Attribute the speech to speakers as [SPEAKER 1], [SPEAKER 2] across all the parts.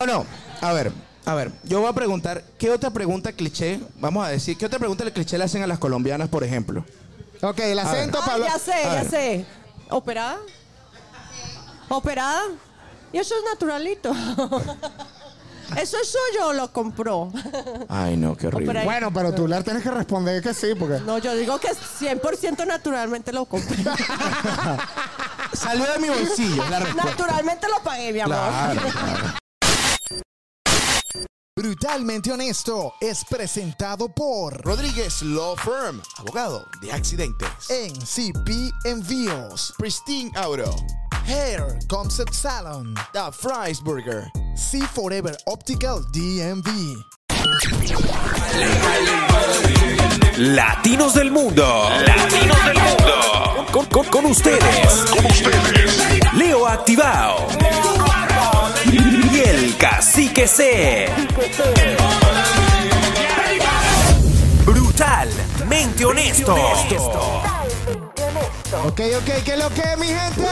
[SPEAKER 1] No, no. A ver, a ver. Yo voy a preguntar, ¿qué otra pregunta cliché? Vamos a decir, ¿qué otra pregunta le cliché le hacen a las colombianas, por ejemplo?
[SPEAKER 2] Ok, el acento
[SPEAKER 3] Ah,
[SPEAKER 2] para
[SPEAKER 3] ya sé,
[SPEAKER 1] A
[SPEAKER 3] ya
[SPEAKER 1] ver.
[SPEAKER 3] sé. ¿Operada? ¿Operada? Y eso es naturalito. eso es suyo o lo compró.
[SPEAKER 1] Ay, no, qué
[SPEAKER 3] Opera-
[SPEAKER 1] horrible.
[SPEAKER 2] Bueno, pero tú le tienes que responder que sí, porque.
[SPEAKER 3] no, yo digo que 100% naturalmente lo compré.
[SPEAKER 1] Salió de mi bolsillo la respuesta.
[SPEAKER 3] naturalmente lo pagué, mi amor.
[SPEAKER 1] Claro, claro.
[SPEAKER 4] Brutalmente Honesto es presentado por
[SPEAKER 5] Rodríguez Law Firm, abogado de accidentes.
[SPEAKER 4] NCP Envíos,
[SPEAKER 5] Pristine Auto,
[SPEAKER 4] Hair Concept Salon,
[SPEAKER 5] The Fries Burger.
[SPEAKER 4] See Forever Optical DMV.
[SPEAKER 6] Latinos del mundo. Latinos del mundo. Con, con- con ustedes. Leo Activado. Y el cacique C. Brutalmente honesto.
[SPEAKER 2] Ok, ok, ¿qué es lo que es, mi gente?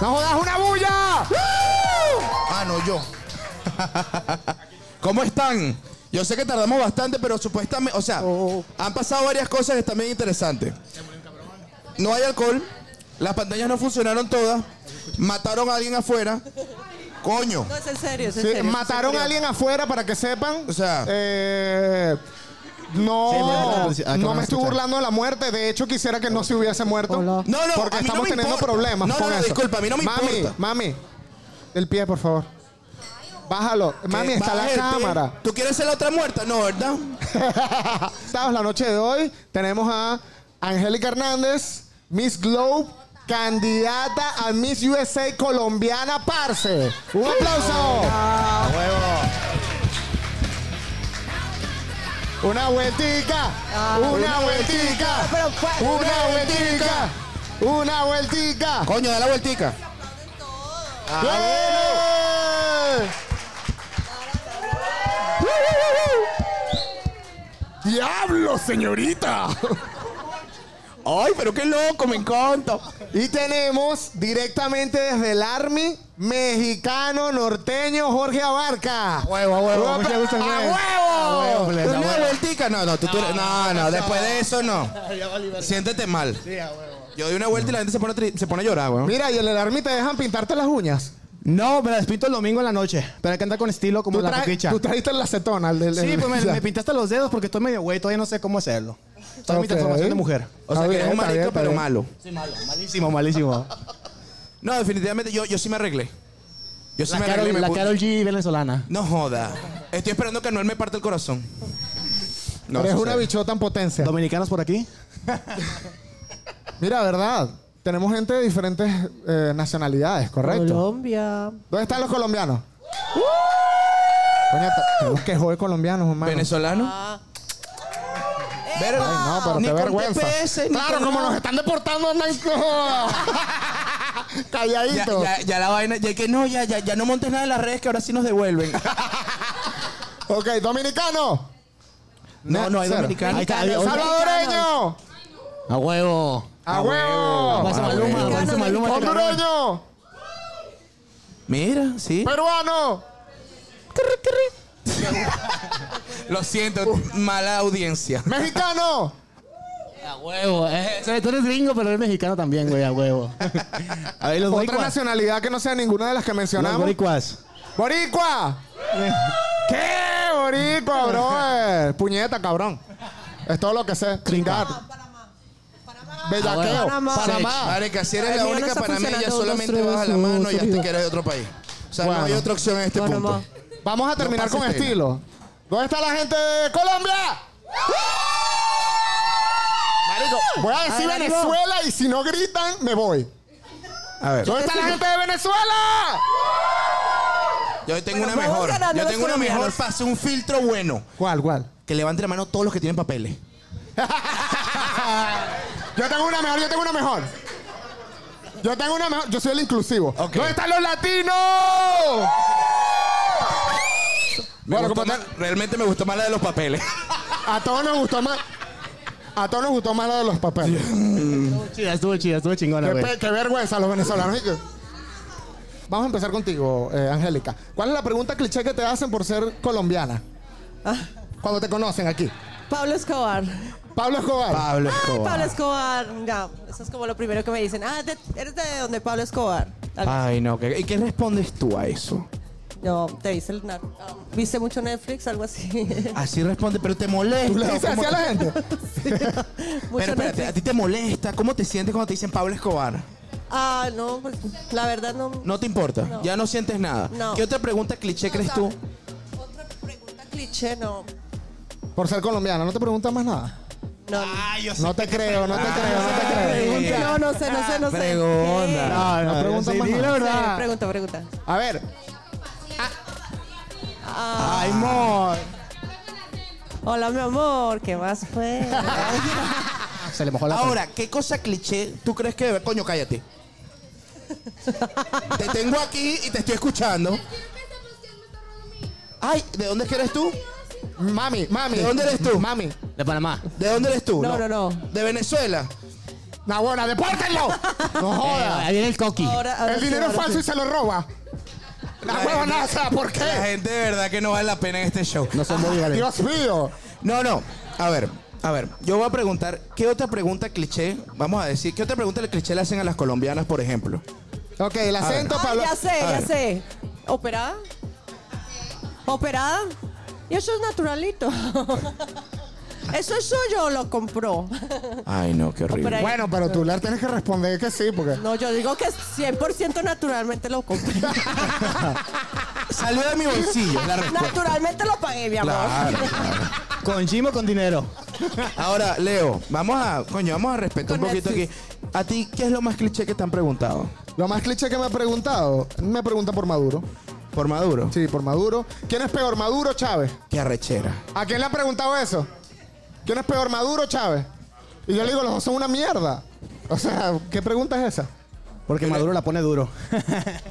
[SPEAKER 2] ¡No jodas una bulla!
[SPEAKER 5] Ah, no, yo.
[SPEAKER 1] ¿Cómo están? Yo sé que tardamos bastante, pero supuestamente, o sea, han pasado varias cosas que están bien interesantes. No hay alcohol, las pantallas no funcionaron todas, mataron a alguien afuera. Coño.
[SPEAKER 3] No, es en serio, es en
[SPEAKER 2] Sí,
[SPEAKER 3] serio.
[SPEAKER 2] mataron a alguien afuera para que sepan.
[SPEAKER 1] O sea-
[SPEAKER 2] Eh, no,
[SPEAKER 5] Sí,
[SPEAKER 1] ah,
[SPEAKER 5] me-
[SPEAKER 2] no me estoy burlando de la muerte. De hecho, quisiera que no se hubiese muerto.
[SPEAKER 3] Hola.
[SPEAKER 1] No, no,
[SPEAKER 2] porque
[SPEAKER 1] a mí no
[SPEAKER 2] estamos
[SPEAKER 1] me
[SPEAKER 2] teniendo
[SPEAKER 1] importa.
[SPEAKER 2] problemas.
[SPEAKER 1] No, no,
[SPEAKER 2] con
[SPEAKER 1] no,
[SPEAKER 2] eso.
[SPEAKER 1] disculpa, a mí no me
[SPEAKER 2] mami,
[SPEAKER 1] importa.
[SPEAKER 2] Mami, del pie, por favor. Bájalo. Mami, está la
[SPEAKER 1] Baja el pie.
[SPEAKER 2] cámara.
[SPEAKER 1] ¿Tú quieres ser la otra muerta? No, ¿verdad?
[SPEAKER 2] Estados, la noche de hoy tenemos a Angélica Hernández, Miss Globe, candidata a Miss USA colombiana Parce. Un aplauso. Una vueltica, una vueltica,
[SPEAKER 3] Ah. pero fue-
[SPEAKER 2] una vueltica, una vueltica.
[SPEAKER 1] Coño, da la vueltica.
[SPEAKER 2] ¡Eh!
[SPEAKER 5] ¡Diablo, señorita!
[SPEAKER 1] Ay, pero qué loco, me encanta.
[SPEAKER 2] Y tenemos directamente desde el Army mexicano norteño Jorge Abarca.
[SPEAKER 4] huevo, a huevo,
[SPEAKER 2] ¡A
[SPEAKER 4] muchas gracias,
[SPEAKER 2] ¡A
[SPEAKER 4] Glenn.
[SPEAKER 2] huevo!
[SPEAKER 4] A huevo, Glenn, a
[SPEAKER 1] Una
[SPEAKER 4] huevo.
[SPEAKER 1] vueltica. No, no, tú, tú- no, no, después de eso no. Siéntete mal. Yo doy una vuelta y la gente se pone, tri- se pone a llorar, weón.
[SPEAKER 2] Mira, y en el Army te dejan pintarte las uñas.
[SPEAKER 7] No, me la despinto el domingo en la noche. Pero hay que andar con estilo como
[SPEAKER 2] Tú,
[SPEAKER 7] la
[SPEAKER 2] traje-
[SPEAKER 7] coquicha.
[SPEAKER 2] tú trajiste la acetona. el del-
[SPEAKER 7] Sí,
[SPEAKER 2] el-
[SPEAKER 7] pues me, me pintaste los dedos porque estoy medio güey, todavía no sé cómo hacerlo. Estoy en mi
[SPEAKER 2] Ok.
[SPEAKER 7] transformación de mujer.
[SPEAKER 1] O sea,
[SPEAKER 2] Está
[SPEAKER 1] que
[SPEAKER 2] bien,
[SPEAKER 1] eres un
[SPEAKER 2] está bien,
[SPEAKER 1] marica,
[SPEAKER 2] está
[SPEAKER 1] pero
[SPEAKER 2] bien.
[SPEAKER 1] malo.
[SPEAKER 7] Malísimo, malísimo.
[SPEAKER 1] No, definitivamente yo, yo sí me arreglé. Yo sí
[SPEAKER 7] La
[SPEAKER 1] me arreglé. y
[SPEAKER 7] Carol,
[SPEAKER 1] me
[SPEAKER 7] la
[SPEAKER 1] puse-
[SPEAKER 7] Karol G venezolana.
[SPEAKER 1] No joda. Estoy esperando que Anuel me parte el corazón. No,
[SPEAKER 2] Eres
[SPEAKER 1] eso
[SPEAKER 2] una
[SPEAKER 1] sí.
[SPEAKER 2] bichota en potencia.
[SPEAKER 7] Dominicanos por aquí.
[SPEAKER 2] Mira, verdad. Tenemos gente de diferentes eh, nacionalidades, ¿correcto?
[SPEAKER 3] Colombia.
[SPEAKER 2] ¿Dónde están los colombianos? Coño, te- tenemos que joder colombianos, hermano.
[SPEAKER 1] ¿Venezolano?
[SPEAKER 3] Ah.
[SPEAKER 1] Ver-
[SPEAKER 2] No, pero
[SPEAKER 1] Ni
[SPEAKER 2] qué
[SPEAKER 1] con
[SPEAKER 2] vergüenza.
[SPEAKER 1] TPS, ni
[SPEAKER 2] claro,
[SPEAKER 1] con
[SPEAKER 2] como
[SPEAKER 1] nada.
[SPEAKER 2] nos están deportando, andan
[SPEAKER 1] Ya,
[SPEAKER 2] calladito.
[SPEAKER 1] ya, ya la vaina, ya que no, ya, ya, ya no montes nada en las redes que ahora sí nos devuelven.
[SPEAKER 2] Ok, dominicano.
[SPEAKER 1] No, no hay
[SPEAKER 2] Cero.
[SPEAKER 1] dominicano.
[SPEAKER 7] Ahí está, ahí-
[SPEAKER 3] Dominicano.
[SPEAKER 2] Salvadoreño.
[SPEAKER 7] A huevo.
[SPEAKER 2] A huevo.
[SPEAKER 7] Pasa Maluma,
[SPEAKER 3] huevo.
[SPEAKER 7] pasa Maluma.
[SPEAKER 2] Hondureño.
[SPEAKER 1] Mira, sí.
[SPEAKER 2] Peruano.
[SPEAKER 1] Lo siento, mala audiencia.
[SPEAKER 2] Mexicano.
[SPEAKER 7] A huevo. eh. Tú eres gringo, pero eres mexicano también, güey, a huevo. A ver, los
[SPEAKER 2] Otra
[SPEAKER 7] boricuas.
[SPEAKER 2] nacionalidad que no sea ninguna de las que
[SPEAKER 7] Los
[SPEAKER 2] mencionamos.
[SPEAKER 7] boricuas.
[SPEAKER 2] Boricua. ¿Qué? Boricua, brother. Puñeta, cabrón. Es todo lo que sé. Cringar. Bellaqueo.
[SPEAKER 3] Panamá.
[SPEAKER 2] Panamá.
[SPEAKER 1] Marica, si
[SPEAKER 3] Ay,
[SPEAKER 1] eres la
[SPEAKER 3] mira, no
[SPEAKER 1] única
[SPEAKER 3] está
[SPEAKER 1] panameña,
[SPEAKER 3] funcionando,
[SPEAKER 1] solamente
[SPEAKER 3] no
[SPEAKER 1] baja la
[SPEAKER 3] sube,
[SPEAKER 1] mano y
[SPEAKER 3] sube.
[SPEAKER 1] hasta que eres de otro país. O sea, no
[SPEAKER 2] Bueno.
[SPEAKER 1] hay otra opción en este
[SPEAKER 3] Panamá.
[SPEAKER 1] punto.
[SPEAKER 2] Vamos a terminar
[SPEAKER 1] No
[SPEAKER 2] con
[SPEAKER 1] pases
[SPEAKER 2] estilo. ¿Dónde está la gente de Colombia? Marico, voy a decir
[SPEAKER 3] Ay, marico.
[SPEAKER 2] Venezuela y si no gritan, me voy.
[SPEAKER 1] A ver,
[SPEAKER 2] ¿Dónde está la gente de Venezuela?
[SPEAKER 1] yo tengo
[SPEAKER 3] Bueno,
[SPEAKER 1] una
[SPEAKER 3] vamos
[SPEAKER 1] mejor.
[SPEAKER 3] ganando
[SPEAKER 1] Yo
[SPEAKER 3] los
[SPEAKER 1] tengo una
[SPEAKER 3] colombianos.
[SPEAKER 1] mejor. Pase un filtro bueno.
[SPEAKER 2] ¿Cuál, cuál?
[SPEAKER 1] Que levante la mano todos los que tienen papeles.
[SPEAKER 2] Yo tengo una mejor, yo tengo una mejor. Yo tengo una mejor, yo soy el inclusivo.
[SPEAKER 1] Ok.
[SPEAKER 2] ¿Dónde están los latinos?
[SPEAKER 1] Me
[SPEAKER 2] Bueno,
[SPEAKER 1] gustó
[SPEAKER 2] como
[SPEAKER 1] más- realmente me gustó más la de los papeles.
[SPEAKER 2] A todos nos gustó más. A todos nos gustó más lo de los papeles.
[SPEAKER 7] Estuvo chida, estuvo chida, estuvo
[SPEAKER 2] Qué,
[SPEAKER 7] chingona, güey.
[SPEAKER 2] pe- qué vergüenza los venezolanos. Vamos a empezar contigo, eh, Angélica. ¿Cuál es la pregunta cliché que te hacen por ser colombiana? Cuando te conocen aquí.
[SPEAKER 3] Ah, Pablo Escobar.
[SPEAKER 2] Pablo Escobar.
[SPEAKER 1] Ah, Pablo
[SPEAKER 3] Ay,
[SPEAKER 1] Escobar.
[SPEAKER 3] Pablo Escobar. Ya, eso es como lo primero que me dicen. Ah, de- eres de donde Pablo Escobar. Tal-
[SPEAKER 2] Ah,
[SPEAKER 1] Ay, no. ¿qué- ¿Y qué respondes tú a eso?
[SPEAKER 3] No, te dice el narco. Ah, ¿Viste mucho Netflix? Algo así.
[SPEAKER 1] Así responde, pero te molesta.
[SPEAKER 2] Tú le dices
[SPEAKER 1] ¿Cómo
[SPEAKER 2] así a
[SPEAKER 1] te-
[SPEAKER 2] la gente.
[SPEAKER 1] Pero
[SPEAKER 3] mucho
[SPEAKER 1] espérate, ¿a
[SPEAKER 3] Netflix.
[SPEAKER 1] ti te molesta? ¿Cómo te sientes cuando te dicen Pablo Escobar?
[SPEAKER 3] Ah, no, pues la verdad no.
[SPEAKER 1] No te importa, ya no sientes nada.
[SPEAKER 3] No.
[SPEAKER 1] ¿Qué otra pregunta cliché
[SPEAKER 3] No,
[SPEAKER 1] crees
[SPEAKER 3] o sea,
[SPEAKER 1] tú?
[SPEAKER 3] Otra pregunta cliché, no.
[SPEAKER 2] Por ser colombiana, no te preguntan más nada.
[SPEAKER 3] No,
[SPEAKER 2] No te creo, no te creo, no te
[SPEAKER 3] no.
[SPEAKER 2] creo.
[SPEAKER 3] Pregunta- no, no sé, no sé, no sé.
[SPEAKER 1] Pregunta.
[SPEAKER 3] ¿Qué?
[SPEAKER 2] No, no preguntan más nada.
[SPEAKER 3] Sí, pregunta, pregunta.
[SPEAKER 2] A ver.
[SPEAKER 3] Ah,
[SPEAKER 2] Ay, amor.
[SPEAKER 3] hola, mi amor, ¿qué más fue?
[SPEAKER 2] Se le mojó la
[SPEAKER 1] Ahora, ¿qué cosa cliché tú crees que debe? Coño, cállate. te tengo aquí y te estoy escuchando. Ay, ¿de dónde es que eres tú?
[SPEAKER 2] Mami, mami.
[SPEAKER 1] ¿De dónde eres tú?
[SPEAKER 2] Mami.
[SPEAKER 7] De Panamá.
[SPEAKER 1] ¿De dónde eres tú?
[SPEAKER 3] No, no, no.
[SPEAKER 1] ¿De Venezuela?
[SPEAKER 2] No, bueno, depórtenlo. No
[SPEAKER 7] Eh,
[SPEAKER 2] jodas.
[SPEAKER 7] ahí viene el coqui.
[SPEAKER 1] Eh,
[SPEAKER 3] Ahora, ahora
[SPEAKER 2] El
[SPEAKER 3] sí,
[SPEAKER 2] dinero es
[SPEAKER 3] ahora
[SPEAKER 2] falso y se lo roba. La
[SPEAKER 1] Ay,
[SPEAKER 2] huevonada, ¿por
[SPEAKER 3] Eh.
[SPEAKER 1] La
[SPEAKER 2] qué? Ah,
[SPEAKER 1] gente de verdad que no vale la pena en este show.
[SPEAKER 7] No son bolívares.
[SPEAKER 2] Dios mío.
[SPEAKER 1] No, no. A ver, a ver. Yo voy a preguntar, ¿qué otra pregunta cliché? Vamos a decir, ¿qué otra pregunta le cliché le hacen a las colombianas, por ejemplo?
[SPEAKER 2] Ok, el acento,
[SPEAKER 3] Ah,
[SPEAKER 2] Pablo.
[SPEAKER 3] ya sé,
[SPEAKER 1] A
[SPEAKER 3] ya
[SPEAKER 1] ver.
[SPEAKER 3] sé. ¿Operada? ¿Operada? Y eso es naturalito. Eso es suyo o lo compró.
[SPEAKER 1] Ay, no, qué horrible.
[SPEAKER 3] Opera-
[SPEAKER 2] Bueno, pero tú le tienes que responder que sí, porque.
[SPEAKER 3] No, yo digo que 100% naturalmente lo compré.
[SPEAKER 1] Salió de mi bolsillo la respuesta.
[SPEAKER 3] naturalmente lo pagué, mi amor.
[SPEAKER 1] Claro.
[SPEAKER 7] Con Jim o con dinero.
[SPEAKER 1] Ahora, Leo, vamos a, coño, vamos a respetar un
[SPEAKER 3] Con
[SPEAKER 1] poquito aquí.
[SPEAKER 3] Netflix.
[SPEAKER 1] ¿A ti qué es lo más cliché que te han preguntado?
[SPEAKER 2] Lo más cliché que me ha preguntado, me pregunta por Maduro.
[SPEAKER 1] ¿Por Maduro?
[SPEAKER 2] Sí, por Maduro. ¿Quién es peor, Maduro o Chávez?
[SPEAKER 1] Qué arrechera.
[SPEAKER 2] ¿A quién le han preguntado eso? ¿Quién es peor, Maduro o Chávez? Y yo le digo, los dos son una mierda. O sea, ¿qué pregunta es esa?
[SPEAKER 7] Porque Maduro la pone duro.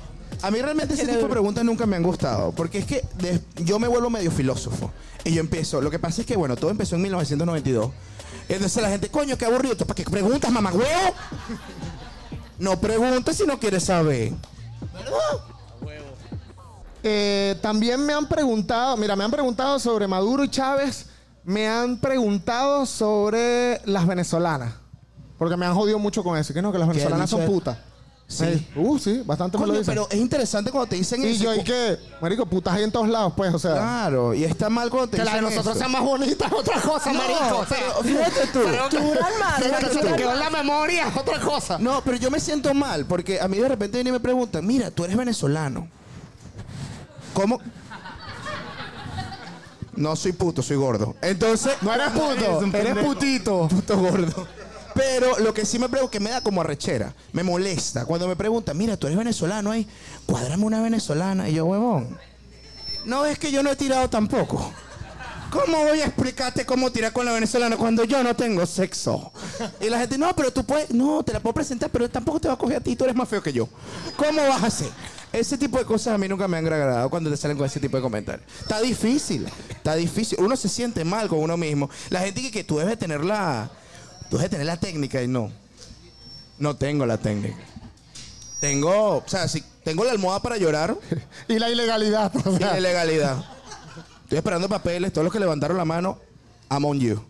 [SPEAKER 1] A mí realmente ese tipo de preguntas nunca me han gustado, porque es que de- yo me vuelvo medio filósofo y yo empiezo. Lo que pasa es que, bueno, todo empezó en 1992. Entonces la gente, coño, qué aburrido. ¿Para qué preguntas, mamá huevo? No preguntes si no quieres saber.
[SPEAKER 2] Eh, también me han preguntado, mira, me han preguntado sobre Maduro y Chávez, me han preguntado sobre las venezolanas, porque me han jodido mucho con eso, que no, que las venezolanas son
[SPEAKER 1] dicho?
[SPEAKER 2] putas.
[SPEAKER 1] Sí.
[SPEAKER 2] Eh, uh, sí, bastante me lo
[SPEAKER 1] Coño,
[SPEAKER 2] dicen.
[SPEAKER 1] pero es interesante cuando te dicen
[SPEAKER 2] y
[SPEAKER 1] eso.
[SPEAKER 2] yo, ¿y qué? Marico, putas hay en todos lados, pues, o sea.
[SPEAKER 1] Claro, y está mal cuando te
[SPEAKER 2] Que
[SPEAKER 1] dicen
[SPEAKER 2] las de nosotros
[SPEAKER 1] eso.
[SPEAKER 2] sean más bonitas es otra cosa, marico. O sea,
[SPEAKER 1] pero fíjate tú.
[SPEAKER 3] Natural más,
[SPEAKER 2] pero que se te
[SPEAKER 3] natural
[SPEAKER 2] quedó en
[SPEAKER 3] más.
[SPEAKER 2] la memoria es otra cosa.
[SPEAKER 1] No, pero yo me siento mal porque a mí de repente vienen y me preguntan, mira, tú eres venezolano. ¿Cómo? No soy puto, soy gordo. Entonces,
[SPEAKER 2] No eres puto, eres putito.
[SPEAKER 1] puto gordo. Pero lo que sí me pregunto, que me da como arrechera, me molesta. Cuando me preguntan, mira, tú eres venezolano ahí, cuádrame una venezolana. Y yo, huevón, no es que yo no he tirado tampoco. ¿Cómo voy a explicarte cómo tirar con la venezolana cuando yo no tengo sexo? Y la gente, no, pero tú puedes, no, te la puedo presentar, pero tampoco te va a coger a ti, tú eres más feo que yo. ¿Cómo vas a hacer? Ese tipo de cosas a mí nunca me han agradado cuando te salen con ese tipo de comentarios. Está difícil, está difícil. Uno se siente mal con uno mismo. La gente dice que tú debes tener la, tú debes tener la técnica y no. No tengo la técnica. Tengo, o sea, si tengo la almohada para llorar
[SPEAKER 2] Y la ilegalidad. o
[SPEAKER 1] y la
[SPEAKER 2] sea.
[SPEAKER 1] ilegalidad. Estoy esperando papeles, todos los que levantaron la mano, I'm on you.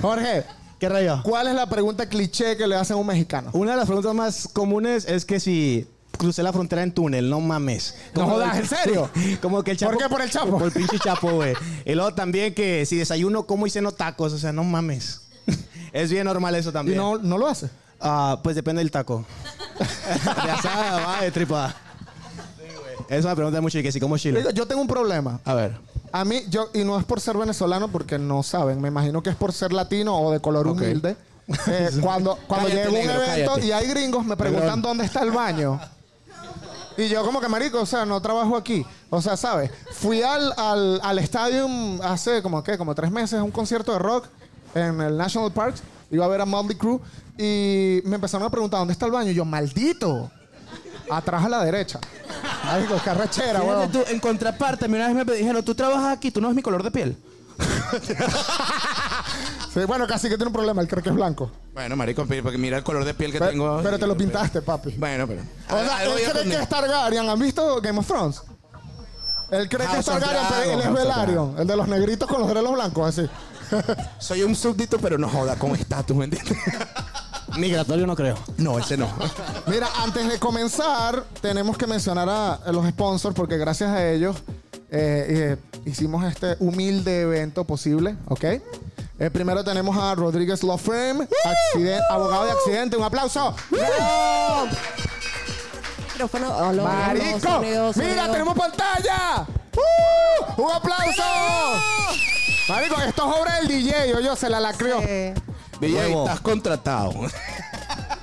[SPEAKER 2] Jorge,
[SPEAKER 7] ¿Qué rayo?
[SPEAKER 2] ¿cuál es la pregunta cliché que le hacen a un mexicano?
[SPEAKER 7] Una de las preguntas más comunes es que si crucé la frontera en túnel, no mames.
[SPEAKER 2] No
[SPEAKER 7] Como
[SPEAKER 2] jodas,
[SPEAKER 7] que-
[SPEAKER 2] ¿en serio?
[SPEAKER 7] Como que el
[SPEAKER 2] ¿Por
[SPEAKER 7] chapo.
[SPEAKER 2] qué por el Chapo?
[SPEAKER 7] Por el pinche chapo, güey. Y luego también que si desayuno, como hice no tacos, o sea, no mames. Es bien normal eso
[SPEAKER 2] Y
[SPEAKER 7] también.
[SPEAKER 2] no, no lo hace.
[SPEAKER 7] Ah, pues depende del taco. de asada, va, de tripa. Eso me pregunta mucho y que si como chile.
[SPEAKER 2] Digo, Yo tengo un problema.
[SPEAKER 7] A ver.
[SPEAKER 2] A mí, yo, y no es por ser venezolano, porque no saben, me imagino que es por ser latino o de color humilde. Eh, cuando cuando
[SPEAKER 1] Cállate,
[SPEAKER 2] llego a un
[SPEAKER 1] negro,
[SPEAKER 2] evento
[SPEAKER 1] cállate.
[SPEAKER 2] y hay gringos, me preguntan
[SPEAKER 7] Perdón.
[SPEAKER 2] dónde está el baño. Y yo como que, marico, o sea, no trabajo aquí. O sea, ¿sabes? Fui al, al, al estadio hace como, ¿qué? Como tres meses, a un concierto de rock en el National Park. Iba a ver a Motley Crue y me empezaron a preguntar, ¿dónde está el baño? Y yo, maldito. Atrás a la derecha. Marico, qué arrechera,
[SPEAKER 1] Fíjate
[SPEAKER 2] weón.
[SPEAKER 1] tú, en contraparte, a mí una vez me dijeron, tú trabajas aquí, tú no ves mi color de piel.
[SPEAKER 2] Sí, bueno, casi que tiene un problema, él cree que es blanco.
[SPEAKER 1] Bueno, marico, pi- porque mira el color de piel que
[SPEAKER 2] Pe-
[SPEAKER 1] tengo.
[SPEAKER 2] pero te lo pintaste, papi.
[SPEAKER 1] Bueno, pero.
[SPEAKER 2] O sea,
[SPEAKER 1] Algo voy
[SPEAKER 2] él
[SPEAKER 1] a
[SPEAKER 2] cree que
[SPEAKER 1] poner.
[SPEAKER 2] es Targaryen. ¿Han visto Game of Thrones? Él cree que es
[SPEAKER 1] House of Dragon,
[SPEAKER 2] Targaryen, pero él es
[SPEAKER 1] House of
[SPEAKER 2] Velaryon. El de los negritos con los pelos blancos, así.
[SPEAKER 1] Soy un súbdito, pero no joda con estatus, ¿me entiendes?
[SPEAKER 7] Migratorio no creo.
[SPEAKER 1] No, ese no.
[SPEAKER 2] Mira, antes de comenzar, tenemos que mencionar a, a los sponsors porque gracias a ellos eh, eh, hicimos este humilde evento posible, ¿ok? Eh, primero tenemos a Rodríguez Law Firm, acciden- abogado de accidente. ¡Un aplauso!
[SPEAKER 3] Micrófono. Oh, lo-
[SPEAKER 2] ¡Marico!
[SPEAKER 3] no, sonido,
[SPEAKER 2] ¡Mira,
[SPEAKER 3] sonido.
[SPEAKER 2] tenemos pantalla! ¡Uh! ¡Un aplauso! Marico, esto es obra del DJ, yo, se la lacrió.
[SPEAKER 3] Eh,
[SPEAKER 1] DJ,
[SPEAKER 7] Huevo.
[SPEAKER 1] estás contratado.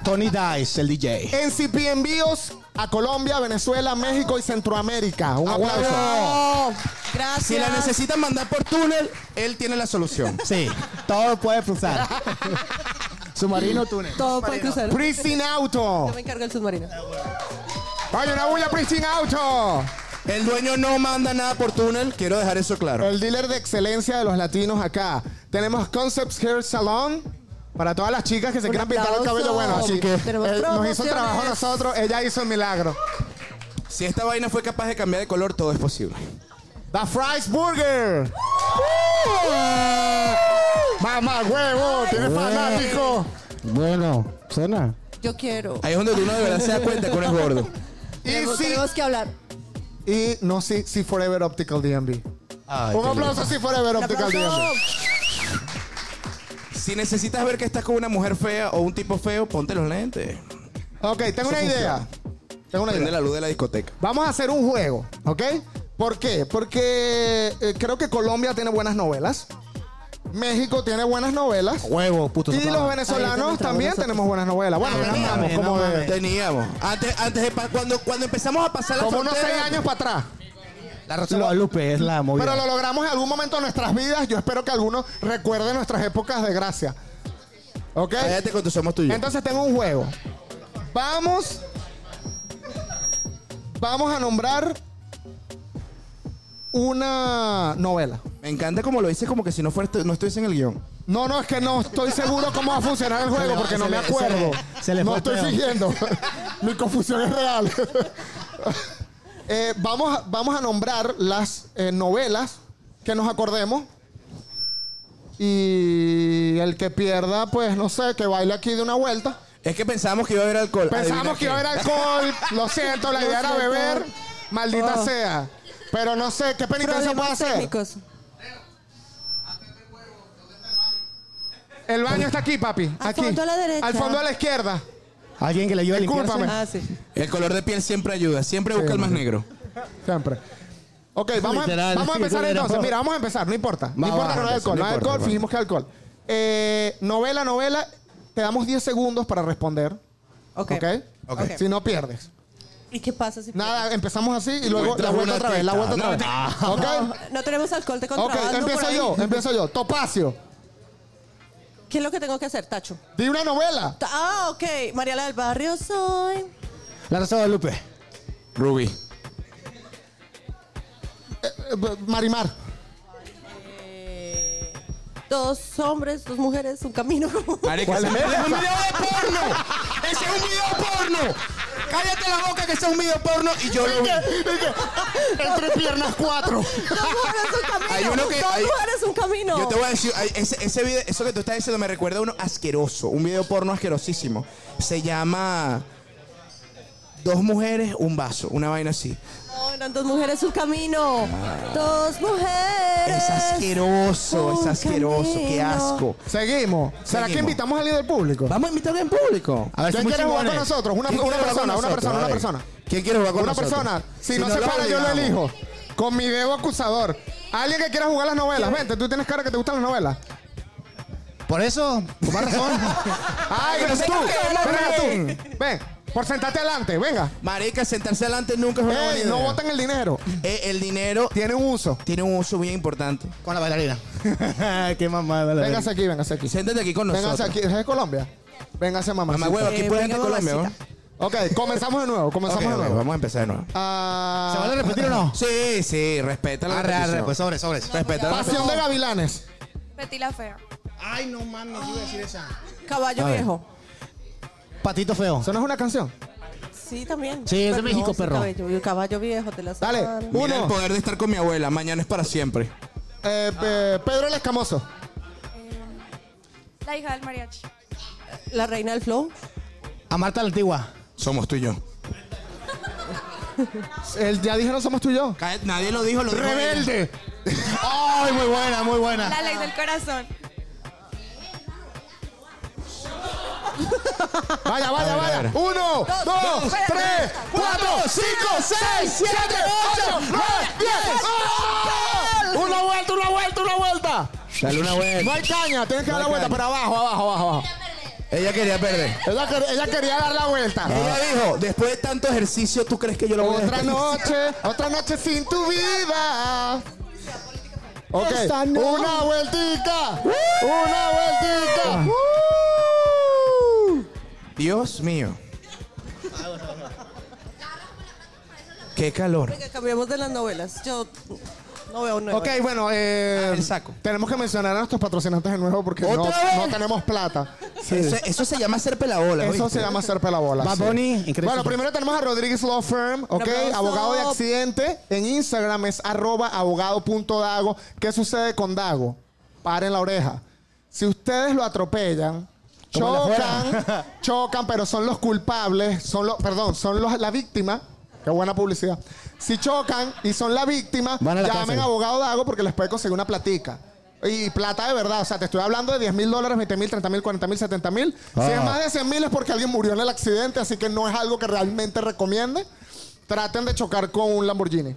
[SPEAKER 7] Tony Dice, el DJ.
[SPEAKER 2] En CP envíos a Colombia, Venezuela, México y Centroamérica. Un aplauso.
[SPEAKER 3] gracias.
[SPEAKER 1] Si la necesitan mandar por túnel, él tiene la solución.
[SPEAKER 7] Sí, todo puede cruzar. Submarino túnel.
[SPEAKER 3] Todo puede cruzar. Yo
[SPEAKER 2] Prison Auto.
[SPEAKER 3] me encargo del submarino.
[SPEAKER 2] Vaya una bulla Prison Auto.
[SPEAKER 1] El dueño no manda nada por túnel, quiero dejar eso claro.
[SPEAKER 2] El dealer de excelencia de los latinos acá. Tenemos Concepts Hair Salon. Para todas las chicas que se
[SPEAKER 3] Un
[SPEAKER 2] quieran pintar el
[SPEAKER 3] aplauso.
[SPEAKER 2] cabello, bueno, así que
[SPEAKER 3] Tenemos
[SPEAKER 2] eh, nos hizo el
[SPEAKER 3] promociones.
[SPEAKER 2] trabajo a nosotros, ella hizo el milagro.
[SPEAKER 1] Si esta vaina fue capaz de cambiar de color, todo es posible.
[SPEAKER 2] The Fries Burger. Mamá huevo, tiene fanático.
[SPEAKER 7] Bueno, suena.
[SPEAKER 3] Yo quiero.
[SPEAKER 1] Ahí es donde uno de verdad se da cuenta que uno es gordo.
[SPEAKER 3] Tenemos,
[SPEAKER 2] sí.
[SPEAKER 3] tenemos que hablar.
[SPEAKER 2] Y no, sí, sí, Forever Optical DMV. Un aplauso si Forever Optical DMV.
[SPEAKER 1] Si necesitas ver que estás con una mujer fea o un tipo feo, ponte los lentes.
[SPEAKER 2] Ok, tengo una idea. Tengo una
[SPEAKER 1] Prende
[SPEAKER 2] idea.
[SPEAKER 1] la luz de la discoteca.
[SPEAKER 2] Vamos a hacer un juego, ¿ok? ¿Por qué? Porque eh, creo que Colombia tiene buenas novelas. México tiene buenas novelas.
[SPEAKER 7] Huevo, puto.
[SPEAKER 2] Y los
[SPEAKER 3] Ahí
[SPEAKER 2] venezolanos
[SPEAKER 3] tenemos
[SPEAKER 2] también
[SPEAKER 3] nosotros.
[SPEAKER 2] tenemos buenas novelas. Bueno,
[SPEAKER 7] Ah,
[SPEAKER 2] teníamos
[SPEAKER 7] mames,
[SPEAKER 2] como,
[SPEAKER 7] no
[SPEAKER 2] de-
[SPEAKER 7] mames.
[SPEAKER 1] Teníamos. Antes, antes de pa- cuando, cuando empezamos a pasar la
[SPEAKER 2] como unos
[SPEAKER 1] frontera,
[SPEAKER 2] seis años para atrás.
[SPEAKER 7] La Rosa de Guadalupe es la movida.
[SPEAKER 2] Pero lo logramos en algún momento de nuestras vidas. Yo espero que algunos recuerden nuestras épocas de gracia. ¿Ok?
[SPEAKER 1] Cállate con tu somos tuyos.
[SPEAKER 2] Entonces tengo un juego. Vamos. Vamos a nombrar una novela.
[SPEAKER 1] Me encanta como lo dices, como que si no, fuera, no estuviese en el guión.
[SPEAKER 2] No, no, es que no estoy seguro cómo va a funcionar el juego porque no
[SPEAKER 7] se
[SPEAKER 2] me
[SPEAKER 7] le- se
[SPEAKER 2] acuerdo.
[SPEAKER 7] le- se le
[SPEAKER 2] no
[SPEAKER 7] fue el
[SPEAKER 2] estoy
[SPEAKER 7] pedo.
[SPEAKER 2] siguiendo. Mi confusión es real. Eh, vamos, a, vamos a nombrar las eh, novelas que nos acordemos. Y el que pierda, pues no sé, que baile aquí de una vuelta.
[SPEAKER 1] Es que pensábamos que iba a haber alcohol.
[SPEAKER 2] Pensábamos
[SPEAKER 1] Adivina
[SPEAKER 2] que iba a
[SPEAKER 1] qué.
[SPEAKER 2] haber alcohol. Lo siento, la
[SPEAKER 3] Lo
[SPEAKER 2] idea era
[SPEAKER 3] siento.
[SPEAKER 2] beber. Maldita
[SPEAKER 3] Oh.
[SPEAKER 2] sea. Pero no sé, ¿qué penitencia puedo
[SPEAKER 3] Problemas
[SPEAKER 2] hacer?
[SPEAKER 3] técnicos.
[SPEAKER 2] El baño está aquí, papi.
[SPEAKER 3] Al
[SPEAKER 2] aquí.
[SPEAKER 3] fondo a la derecha.
[SPEAKER 2] Al fondo a la izquierda.
[SPEAKER 7] Alguien que le ayude a limpiarse.
[SPEAKER 2] Discúlpame.
[SPEAKER 3] Ah, sí.
[SPEAKER 1] El color de piel siempre ayuda. Siempre busca el más negro.
[SPEAKER 2] Siempre. Ok, vamos a, em-
[SPEAKER 7] Literal.
[SPEAKER 2] vamos a empezar
[SPEAKER 7] Literal.
[SPEAKER 2] entonces. Mira, vamos a empezar, no importa. No
[SPEAKER 7] Va,
[SPEAKER 2] importa
[SPEAKER 7] va,
[SPEAKER 2] que no hay
[SPEAKER 7] eso,
[SPEAKER 2] alcohol,
[SPEAKER 7] no
[SPEAKER 2] no hay
[SPEAKER 7] importa,
[SPEAKER 2] alcohol,
[SPEAKER 7] va.
[SPEAKER 2] fingimos que hay alcohol. Eh, novela, novela, te damos 10 segundos para responder.
[SPEAKER 3] Ok.
[SPEAKER 2] ¿Ok?
[SPEAKER 1] Ok.
[SPEAKER 2] Si no pierdes.
[SPEAKER 3] ¿Y qué pasa si
[SPEAKER 2] Nada, empezamos así y luego
[SPEAKER 1] Encuentras
[SPEAKER 2] la vuelta
[SPEAKER 1] una
[SPEAKER 2] otra vez, la
[SPEAKER 1] teta.
[SPEAKER 2] vuelta otra vez.
[SPEAKER 7] Ah.
[SPEAKER 3] No,
[SPEAKER 2] ¿Ok?
[SPEAKER 3] Oh, no tenemos alcohol de
[SPEAKER 2] Ok,
[SPEAKER 3] contrabando. por
[SPEAKER 2] empiezo
[SPEAKER 3] ahí.
[SPEAKER 2] yo, empiezo yo. Topacio,
[SPEAKER 3] ¿Qué es lo que tengo que hacer, Tacho?
[SPEAKER 2] di una novela.
[SPEAKER 3] Ta- Ah, ok. Mariela del Barrio soy.
[SPEAKER 7] La Rosa de Guadalupe.
[SPEAKER 1] Ruby.
[SPEAKER 2] Eh, b- Marimar.
[SPEAKER 3] Eh, dos hombres, dos mujeres, un camino.
[SPEAKER 1] ¿Cuál es? un video de porno! ¡Ese es un video porno! ¡Cállate la boca que ese es un video porno! Y yo lo vi.
[SPEAKER 2] Entre piernas cuatro.
[SPEAKER 3] Dos mujeres, un camino.
[SPEAKER 1] Hay uno que-
[SPEAKER 3] dos
[SPEAKER 1] hay-
[SPEAKER 3] mujeres, un camino.
[SPEAKER 1] Yo te voy a decir, ay, ese, ese video, eso que tú estás diciendo me recuerda a uno asqueroso, un video porno asquerosísimo. Se llama Dos mujeres, un vaso, una vaina así.
[SPEAKER 3] No, eran dos mujeres, un camino. Dos mujeres.
[SPEAKER 1] Es asqueroso, es
[SPEAKER 3] un
[SPEAKER 1] asqueroso, qué
[SPEAKER 3] camino.
[SPEAKER 1] asco.
[SPEAKER 2] Seguimos.
[SPEAKER 1] Oh.
[SPEAKER 2] ¿Será que
[SPEAKER 1] Seguimos.
[SPEAKER 2] invitamos a alguien del público?
[SPEAKER 1] Vamos a invitarlo en público.
[SPEAKER 7] A ver
[SPEAKER 2] ¿Quién
[SPEAKER 7] si
[SPEAKER 2] quiere jugar con nosotros? Una,
[SPEAKER 1] ¿Quién
[SPEAKER 2] una
[SPEAKER 1] quiere jugar con
[SPEAKER 2] persona, una
[SPEAKER 1] nosotros?
[SPEAKER 2] persona, una
[SPEAKER 1] Vale.
[SPEAKER 2] persona.
[SPEAKER 1] ¿Quién quiere jugar con
[SPEAKER 2] Una
[SPEAKER 1] nosotros?
[SPEAKER 2] persona. Si, no, se
[SPEAKER 1] lo
[SPEAKER 2] para, yo lo
[SPEAKER 1] obligamos.
[SPEAKER 2] elijo. Con mi dedo acusador. Alguien que quiera jugar las novelas. Vente, tú tienes cara que te gustan las novelas.
[SPEAKER 7] Por eso, por más razón.
[SPEAKER 2] Ay,
[SPEAKER 1] Ah, pero
[SPEAKER 2] eres
[SPEAKER 1] se
[SPEAKER 2] tú.
[SPEAKER 1] equivocó,
[SPEAKER 2] Venga tú. Ven, por sentarte adelante. Venga.
[SPEAKER 1] Marica, sentarse adelante nunca es una buena
[SPEAKER 2] Ey,
[SPEAKER 1] idea.
[SPEAKER 2] no botan el dinero.
[SPEAKER 1] Eh, el dinero
[SPEAKER 2] Tiene un uso.
[SPEAKER 1] tiene un uso bien importante.
[SPEAKER 7] con la bailarina. Qué mamada. la
[SPEAKER 2] Véngase
[SPEAKER 7] verga.
[SPEAKER 2] aquí, véngase aquí.
[SPEAKER 1] Siéntate aquí con nosotros.
[SPEAKER 2] Véngase aquí. ¿Es de Colombia? Véngase, mamá.
[SPEAKER 1] Mamá huevo, aquí
[SPEAKER 3] Eh,
[SPEAKER 1] puede
[SPEAKER 3] venga,
[SPEAKER 1] gente de Colombia, ¿no?
[SPEAKER 3] mamacita.
[SPEAKER 2] Ok, comenzamos de nuevo.
[SPEAKER 1] Ok,
[SPEAKER 2] Comenzamos
[SPEAKER 1] ok,
[SPEAKER 2] de nuevo.
[SPEAKER 1] vamos a empezar de nuevo.
[SPEAKER 2] Ah,
[SPEAKER 7] ¿Se vale repetir o no?
[SPEAKER 1] Sí, sí, respeta la
[SPEAKER 7] Arre, arre,
[SPEAKER 1] repetición.
[SPEAKER 7] pues sobres, sobres.
[SPEAKER 1] Respeta la
[SPEAKER 2] Pasión de Gavilanes.
[SPEAKER 8] Betty la fea. Ay, no mames, yo iba a decir esa.
[SPEAKER 3] Caballo
[SPEAKER 7] A ver.
[SPEAKER 3] viejo.
[SPEAKER 7] Patito feo.
[SPEAKER 2] ¿Eso no es una canción?
[SPEAKER 3] Sí, también.
[SPEAKER 7] Sí, es de
[SPEAKER 3] Pero
[SPEAKER 7] México,
[SPEAKER 3] sí,
[SPEAKER 7] perro.
[SPEAKER 3] Caballo, caballo viejo, te la
[SPEAKER 2] Dale.
[SPEAKER 3] sacaron.
[SPEAKER 1] Mira el
[SPEAKER 2] Uno.
[SPEAKER 1] poder de estar con mi abuela. Mañana es para siempre.
[SPEAKER 2] Eh, pe- Pedro el Escamoso.
[SPEAKER 9] La hija del mariachi.
[SPEAKER 3] La reina del flow.
[SPEAKER 7] A Marta la Antigua.
[SPEAKER 1] Somos tú y yo.
[SPEAKER 2] El, ya dije, no somos tú y yo.
[SPEAKER 1] Cállate, Nadie lo dijo, lo dijo ella.
[SPEAKER 2] ¡Rebelde!
[SPEAKER 7] ¡Ay, muy buena, muy buena!
[SPEAKER 9] La ley del corazón.
[SPEAKER 2] Vaya, vaya,
[SPEAKER 1] a
[SPEAKER 2] vaya.
[SPEAKER 1] ver.
[SPEAKER 2] Uno, dos,
[SPEAKER 3] dos,
[SPEAKER 2] tres, cuatro, cinco, seis, siete, ocho, nueve, diez. ¡Oh! Una vuelta, una vuelta, una vuelta.
[SPEAKER 7] Dale una
[SPEAKER 2] No
[SPEAKER 7] buena.
[SPEAKER 2] hay caña, tienes que dar la vuelta, pero abajo, abajo, abajo, abajo.
[SPEAKER 1] Ella quería perder.
[SPEAKER 2] Ella, quer- ella quería dar la vuelta.
[SPEAKER 1] Ella dijo, después de tanto ejercicio, ¿tú crees que yo lo voy a
[SPEAKER 2] Otra
[SPEAKER 1] dejar?
[SPEAKER 2] noche, otra noche sin tu vida. Ok, una vueltica, una vueltica.
[SPEAKER 1] Dios mío. Qué calor.
[SPEAKER 3] Venga, cambiamos de las novelas. Yo no veo nuevo.
[SPEAKER 2] Ok, bueno, eh,
[SPEAKER 1] el saco.
[SPEAKER 2] tenemos que mencionar a nuestros patrocinantes de nuevo porque no,
[SPEAKER 1] ¿Otra vez?
[SPEAKER 2] no tenemos plata. Sí.
[SPEAKER 1] Eso, eso se llama ser pelabola.
[SPEAKER 2] Eso
[SPEAKER 1] ¿oíste?
[SPEAKER 2] se llama hacer pela bola.
[SPEAKER 7] Bad
[SPEAKER 2] sí.
[SPEAKER 7] Bunny, increíble.
[SPEAKER 2] Bueno, primero tenemos a Rodríguez Law Firm, ¿ok?
[SPEAKER 3] Un aplauso.
[SPEAKER 2] Abogado de accidente. En Instagram es arroba abogado.dago. ¿Qué sucede con Dago? Paren la oreja. Si ustedes lo atropellan,
[SPEAKER 7] Como la
[SPEAKER 2] chocan, chocan, pero son los culpables, son los, perdón, son los, la víctima. Qué buena publicidad. Si chocan y son la víctima,
[SPEAKER 7] Van a la
[SPEAKER 2] llamen
[SPEAKER 7] cárcel.
[SPEAKER 2] a abogado Dago porque les puede conseguir una platica. Y plata de verdad, o sea, te estoy hablando de 10 mil dólares, 20 mil, 30 mil, 40 mil, 70 mil. Si
[SPEAKER 1] Ah.
[SPEAKER 2] es más de 100 mil es porque alguien murió en el accidente, así que no es algo que realmente recomiende. Traten de chocar con un Lamborghini.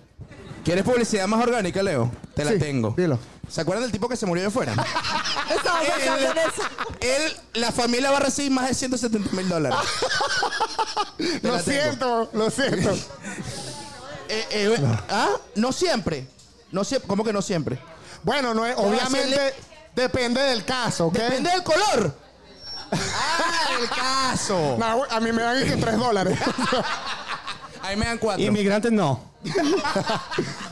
[SPEAKER 1] ¿Quieres publicidad más orgánica, Leo? Te la
[SPEAKER 2] Sí,
[SPEAKER 1] tengo.
[SPEAKER 2] dilo.
[SPEAKER 1] ¿Se acuerdan del tipo que se murió allá afuera?
[SPEAKER 3] Estaba pensando en eso.
[SPEAKER 1] Él, la familia va a recibir más de 170 mil dólares. Te
[SPEAKER 2] Lo
[SPEAKER 1] la tengo.
[SPEAKER 2] siento, lo siento.
[SPEAKER 1] Eh, eh, eh, ¿Ah? No siempre. No siempre. ¿Cómo que no siempre?
[SPEAKER 2] Bueno, no es,
[SPEAKER 1] Te voy a
[SPEAKER 2] obviamente
[SPEAKER 1] hacerle-
[SPEAKER 2] depende del caso, ¿ok?
[SPEAKER 1] Depende del color. ¡Ah, el caso!
[SPEAKER 2] Nah, a mí me dan que 3 dólares.
[SPEAKER 1] Ahí me dan cuatro.
[SPEAKER 7] Inmigrantes no.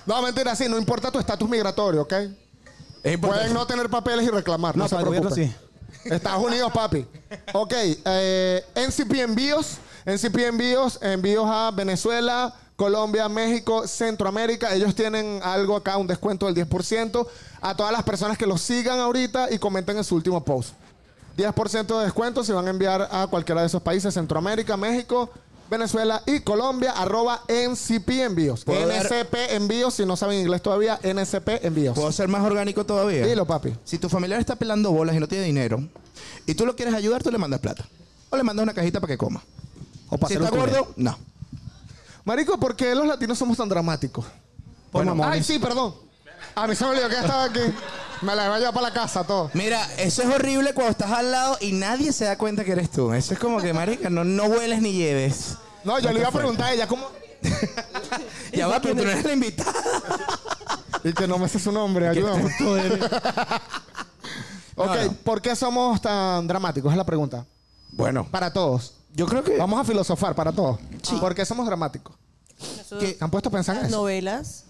[SPEAKER 2] no, mentira, sí, no importa tu estatus migratorio, ¿ok?
[SPEAKER 1] Es importante.
[SPEAKER 2] Pueden no tener papeles y reclamar. No,
[SPEAKER 7] No,
[SPEAKER 2] se
[SPEAKER 7] para el gobierno
[SPEAKER 2] preocupen.
[SPEAKER 7] sí.
[SPEAKER 2] Estados Unidos, papi. Ok, eh, NCP Envíos. NCP Envíos, envíos a Venezuela, Colombia, México, Centroamérica. Ellos tienen algo acá, un descuento del 10%. A todas las personas que los sigan ahorita y comenten en su último post. 10% de descuento si van a enviar a cualquiera de esos países, Centroamérica, México, Venezuela y Colombia, arroba NCP Envíos.
[SPEAKER 1] Puedo dar-
[SPEAKER 2] NCP Envíos, si no saben inglés todavía, NCP Envíos.
[SPEAKER 1] ¿Puedo ser más orgánico todavía?
[SPEAKER 2] Dilo, papi.
[SPEAKER 1] Si tu familiar está pelando bolas y no tiene dinero, y tú lo quieres ayudar, tú le mandas plata. O le mandas una cajita para que coma.
[SPEAKER 7] O para
[SPEAKER 1] si
[SPEAKER 7] hacer
[SPEAKER 1] está
[SPEAKER 7] un culé.
[SPEAKER 1] gordo, no.
[SPEAKER 2] Marico, ¿por qué los latinos somos tan dramáticos?
[SPEAKER 7] Por
[SPEAKER 2] Bueno,
[SPEAKER 7] mamones.
[SPEAKER 2] ay, sí, perdón. A mí se me olvidó que ya estaba aquí. Me la iba a llevar para la casa todo.
[SPEAKER 1] Mira, eso es horrible cuando estás al lado y nadie se da cuenta que eres tú. Eso es como que, marica, no, no vueles ni lleves.
[SPEAKER 2] No, yo le iba a preguntar a ella cómo.
[SPEAKER 1] Ya va, pero tú no eres la invitada.
[SPEAKER 2] Y que no me sé su nombre, ayúdame. ok,
[SPEAKER 1] No, no.
[SPEAKER 2] ¿por qué somos tan dramáticos? Es la pregunta.
[SPEAKER 1] Bueno,
[SPEAKER 2] Para todos.
[SPEAKER 1] yo creo que...
[SPEAKER 2] Vamos a filosofar para todos. ¿Por qué somos dramáticos?
[SPEAKER 3] Eso-
[SPEAKER 1] ¿Qué?
[SPEAKER 2] ¿Se han puesto a pensar en
[SPEAKER 3] Las
[SPEAKER 2] Ah, eso?
[SPEAKER 3] novelas.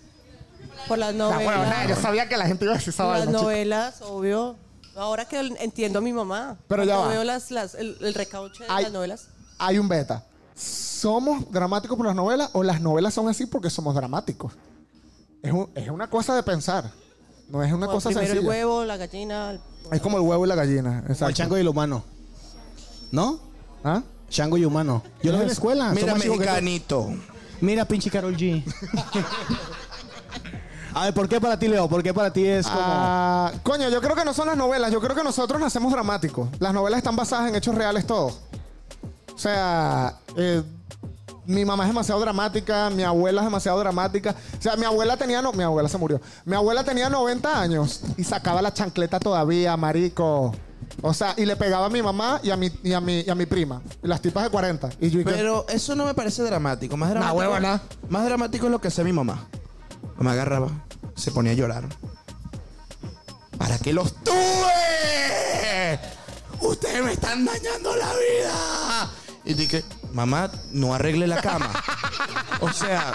[SPEAKER 3] Por las
[SPEAKER 2] Ah, bueno, nada, yo
[SPEAKER 3] novelas.
[SPEAKER 2] sabía que la gente iba a decir esa
[SPEAKER 3] Por
[SPEAKER 2] vaina,
[SPEAKER 3] las
[SPEAKER 2] chico.
[SPEAKER 3] novelas, obvio. Ahora que entiendo a mi mamá.
[SPEAKER 2] Pero ya
[SPEAKER 3] Cuando
[SPEAKER 2] va.
[SPEAKER 3] veo las, las, el, el recauche de
[SPEAKER 2] Ay.
[SPEAKER 3] las novelas.
[SPEAKER 2] Hay un beta. ¿Somos dramáticos por las novelas o las novelas son así porque somos dramáticos? Es, un- es una cosa de pensar. No es una
[SPEAKER 3] Bueno,
[SPEAKER 2] cosa
[SPEAKER 3] primero
[SPEAKER 2] sencilla.
[SPEAKER 3] el huevo, la gallina. el-
[SPEAKER 2] Es como el huevo y la gallina.
[SPEAKER 7] Como el
[SPEAKER 2] Exacto.
[SPEAKER 7] chango y el humano. ¿No?
[SPEAKER 2] ¿Ah?
[SPEAKER 7] Chango y humano. Yo lo vi en la escuela.
[SPEAKER 1] Mira,
[SPEAKER 7] somos chicos que-
[SPEAKER 1] mexicanito.
[SPEAKER 7] Mira, pinche Carol G. A ver, ¿por qué para ti, Leo? ¿Por qué para ti es como.?
[SPEAKER 2] Ah, coño, yo creo que no son las novelas. Yo creo que nosotros nacemos dramáticos. Las novelas están basadas en hechos reales todos. O sea, eh, mi mamá es demasiado dramática, mi abuela es demasiado dramática. O sea, mi abuela tenía... No, mi abuela se murió. Mi abuela tenía 90 años y sacaba la chancleta todavía, marico. O sea, y le pegaba a mi mamá y a mi, y a mi, y a mi prima. Y las tipas de 40. Y yo y que-
[SPEAKER 1] Pero eso no me parece dramático. Más dramático,
[SPEAKER 2] huevona.
[SPEAKER 1] más dramático es lo que hacía mi mamá. Me agarraba, se ponía a llorar. ¡Para que los tuve! ¡Ustedes me están dañando la vida! Y dije, mamá, no arregle la cama. o sea,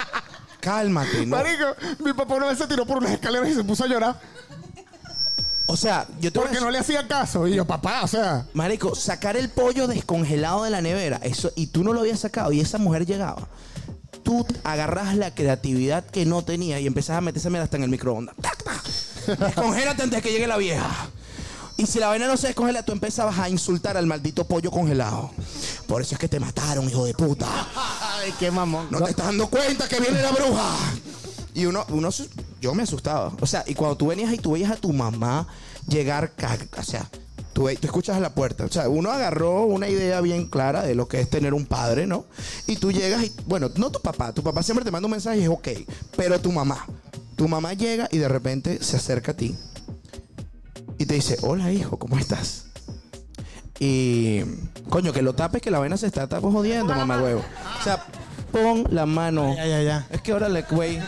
[SPEAKER 1] cálmate, ¿no?
[SPEAKER 2] Marico, mi papá una vez se tiró por unas escaleras y se puso a llorar.
[SPEAKER 1] O sea, yo te voy a
[SPEAKER 2] Porque
[SPEAKER 1] decir-
[SPEAKER 2] no le hacía caso. Y yo, papá, o sea.
[SPEAKER 1] Marico, sacar el pollo descongelado de la nevera, eso, y tú no lo habías sacado, y esa mujer llegaba. Tú agarras la creatividad que no tenía y empezás a meterse hasta en el microondas. ¡Tac, tac! Descongélate antes de que llegue la vieja. Y si la vaina no se descongela, tú empezabas a insultar al maldito pollo congelado. Por eso es que te mataron, hijo de puta.
[SPEAKER 7] Ay, qué mamón.
[SPEAKER 1] No te estás dando cuenta que viene la bruja. Y uno, uno, se- yo me asustaba. O sea, y cuando tú venías y tú veías a tu mamá llegar, ca- o sea, tú, ve- tú escuchas la puerta. O sea, uno agarró una idea bien clara de lo que es tener un padre, ¿no? Y tú llegas y, bueno, no tu papá, tu papá siempre te manda un mensaje y es ok, pero tu mamá. Tu mamá llega y de repente se acerca a ti y te dice, hola hijo, ¿cómo estás? Y coño, que lo tapes, que la vaina se está tapo jodiendo, mamá huevo. O sea, pon la mano.
[SPEAKER 8] Ya, ya, ya.
[SPEAKER 1] Es que órale, güey.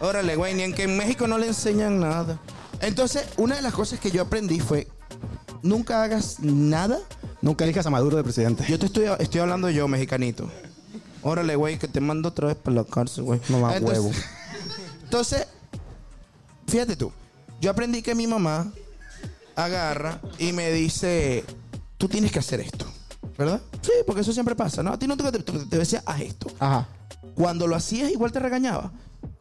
[SPEAKER 1] Órale, güey. Ni en que en México no le enseñan nada. Entonces, una de las cosas que yo aprendí fue, nunca hagas nada.
[SPEAKER 7] Nunca elijas a Maduro de presidente.
[SPEAKER 1] Yo te estoy, estoy hablando yo, mexicanito. Órale, güey, que te mando otra vez para la cárcel, güey.
[SPEAKER 7] Mamá
[SPEAKER 1] Entonces-
[SPEAKER 7] huevo.
[SPEAKER 1] Entonces, fíjate tú. Yo aprendí que mi mamá agarra y me dice, tú tienes que hacer esto. ¿Verdad? Sí, porque eso siempre pasa, ¿no? A ti no te, te, te decía, haz esto.
[SPEAKER 2] Ajá.
[SPEAKER 1] Cuando lo hacías, igual te regañaba.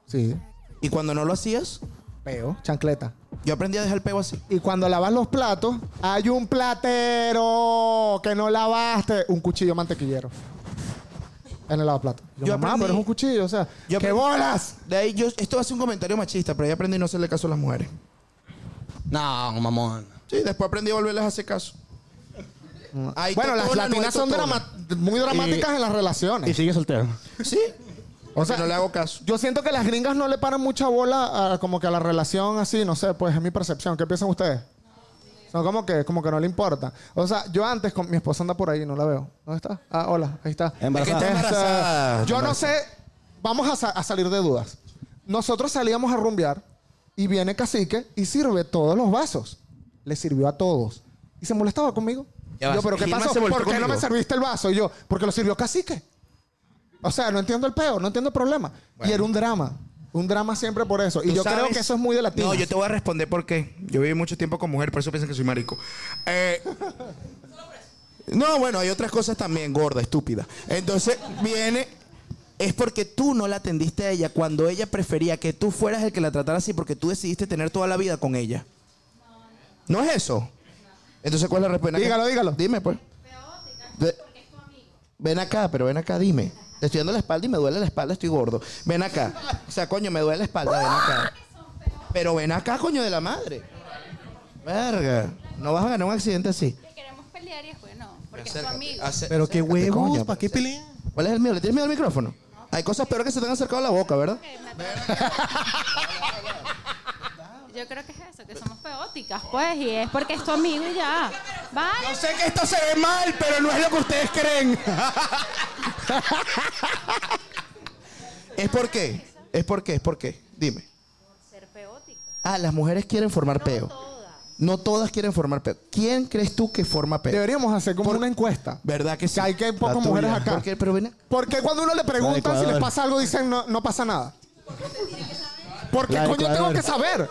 [SPEAKER 2] Sí.
[SPEAKER 1] Y cuando no lo hacías,
[SPEAKER 2] Peo, chancleta.
[SPEAKER 1] yo aprendí a dejar el pego así.
[SPEAKER 2] Y cuando lavas los platos, hay un platero que no lavaste. Un cuchillo mantequillero. En el lavaplato. Yo,
[SPEAKER 1] Yo
[SPEAKER 2] mamá,
[SPEAKER 1] aprendí-
[SPEAKER 2] pero es un cuchillo, o sea.
[SPEAKER 1] Yo
[SPEAKER 2] ¡Qué
[SPEAKER 1] aprendí-
[SPEAKER 2] bolas!
[SPEAKER 1] De ahí yo, esto va a ser un comentario machista, pero yo aprendí a no hacerle caso a las mujeres.
[SPEAKER 7] No, mamón.
[SPEAKER 1] Sí, después aprendí a volverles a hacer caso. Hay
[SPEAKER 2] bueno, las
[SPEAKER 1] totona, no hay
[SPEAKER 2] latinas son
[SPEAKER 1] totona.
[SPEAKER 2] drama- muy dramáticas en las relaciones.
[SPEAKER 7] Y sigue soltero.
[SPEAKER 1] Sí. O sea,
[SPEAKER 2] sea-
[SPEAKER 1] no le hago caso.
[SPEAKER 2] Yo siento que las gringas no le paran mucha bola a- como que a la relación así, no sé, pues es mi percepción. ¿Qué piensan ustedes? Son como que, como que no le importa. O sea, yo antes con mi esposa anda por ahí, no la veo. ¿Dónde está? Ah, hola, ahí está.
[SPEAKER 7] Embarazada.
[SPEAKER 1] Es que está
[SPEAKER 2] Este,
[SPEAKER 1] embarazada.
[SPEAKER 2] yo no sé, vamos a, sa- a salir de dudas. Nosotros salíamos a rumbear y viene Cacique y sirve todos los vasos. Le sirvió a todos. Y se molestaba conmigo.
[SPEAKER 1] Ya
[SPEAKER 2] yo,
[SPEAKER 1] vas.
[SPEAKER 2] pero ¿qué
[SPEAKER 1] Gilman
[SPEAKER 2] pasó?
[SPEAKER 1] se
[SPEAKER 2] ¿Por
[SPEAKER 1] volteó
[SPEAKER 2] qué no me
[SPEAKER 1] conmigo.
[SPEAKER 2] serviste el vaso? Y yo, porque lo sirvió Cacique. O sea, no entiendo el peo, no entiendo el problema. Y era un drama. Un drama siempre por eso. Y
[SPEAKER 1] Tú
[SPEAKER 2] yo creo
[SPEAKER 1] sabes-
[SPEAKER 2] que eso es muy de latino.
[SPEAKER 1] No, yo te voy a responder por qué. Yo viví mucho tiempo con mujer, por eso piensan que soy marico. Eh, no, bueno, hay otras cosas también, gorda, estúpida. Entonces, viene. Es porque tú no la atendiste a ella cuando ella prefería que tú fueras el que la tratara así porque tú decidiste tener toda la vida con ella. ¿No es eso? Entonces, ¿cuál es la respuesta?
[SPEAKER 2] Dígalo, dígalo.
[SPEAKER 1] Dime, pues. Ve- Ven acá, pero ven acá, dime. Te estoy dando la espalda y me duele la espalda, estoy gordo. Ven acá. O sea, coño, me duele la espalda, ven
[SPEAKER 9] Ah,
[SPEAKER 1] acá. Pero ven acá, coño de la madre. Verga. No vas a ganar un accidente así.
[SPEAKER 9] Que queremos pelear y es bueno, porque es tu amigo.
[SPEAKER 7] Pero qué huevos, ¿para qué
[SPEAKER 1] peleas? ¿Cuál es el miedo? ¿Le tienes miedo al micrófono? Hay cosas peores que se te han acercado a la boca, ¿verdad?
[SPEAKER 9] Que me atrevo. Yo creo que es eso, que somos peóticas, pues, y es porque es tu amigo y ya. Vale.
[SPEAKER 1] sé que esto se ve mal, pero no es lo que ustedes creen. ¿Es por qué? ¿Es por qué? ¿Es por qué? Dime.
[SPEAKER 9] Ser peótico.
[SPEAKER 1] Ah, las mujeres quieren formar peo. No todas quieren formar peo. ¿Quién crees tú que forma peo?
[SPEAKER 2] Deberíamos hacer como una encuesta.
[SPEAKER 1] ¿Verdad que sí?
[SPEAKER 2] Que hay que hay
[SPEAKER 1] La
[SPEAKER 2] pocas
[SPEAKER 1] tuya.
[SPEAKER 2] mujeres acá.
[SPEAKER 1] ¿Por qué? Pero ven acá.
[SPEAKER 2] Porque cuando uno le preguntan si
[SPEAKER 7] Ecuador.
[SPEAKER 2] les pasa algo, dicen no, no pasa nada. Porque
[SPEAKER 7] La de
[SPEAKER 2] coño tengo
[SPEAKER 7] Ecuador.
[SPEAKER 2] que saber.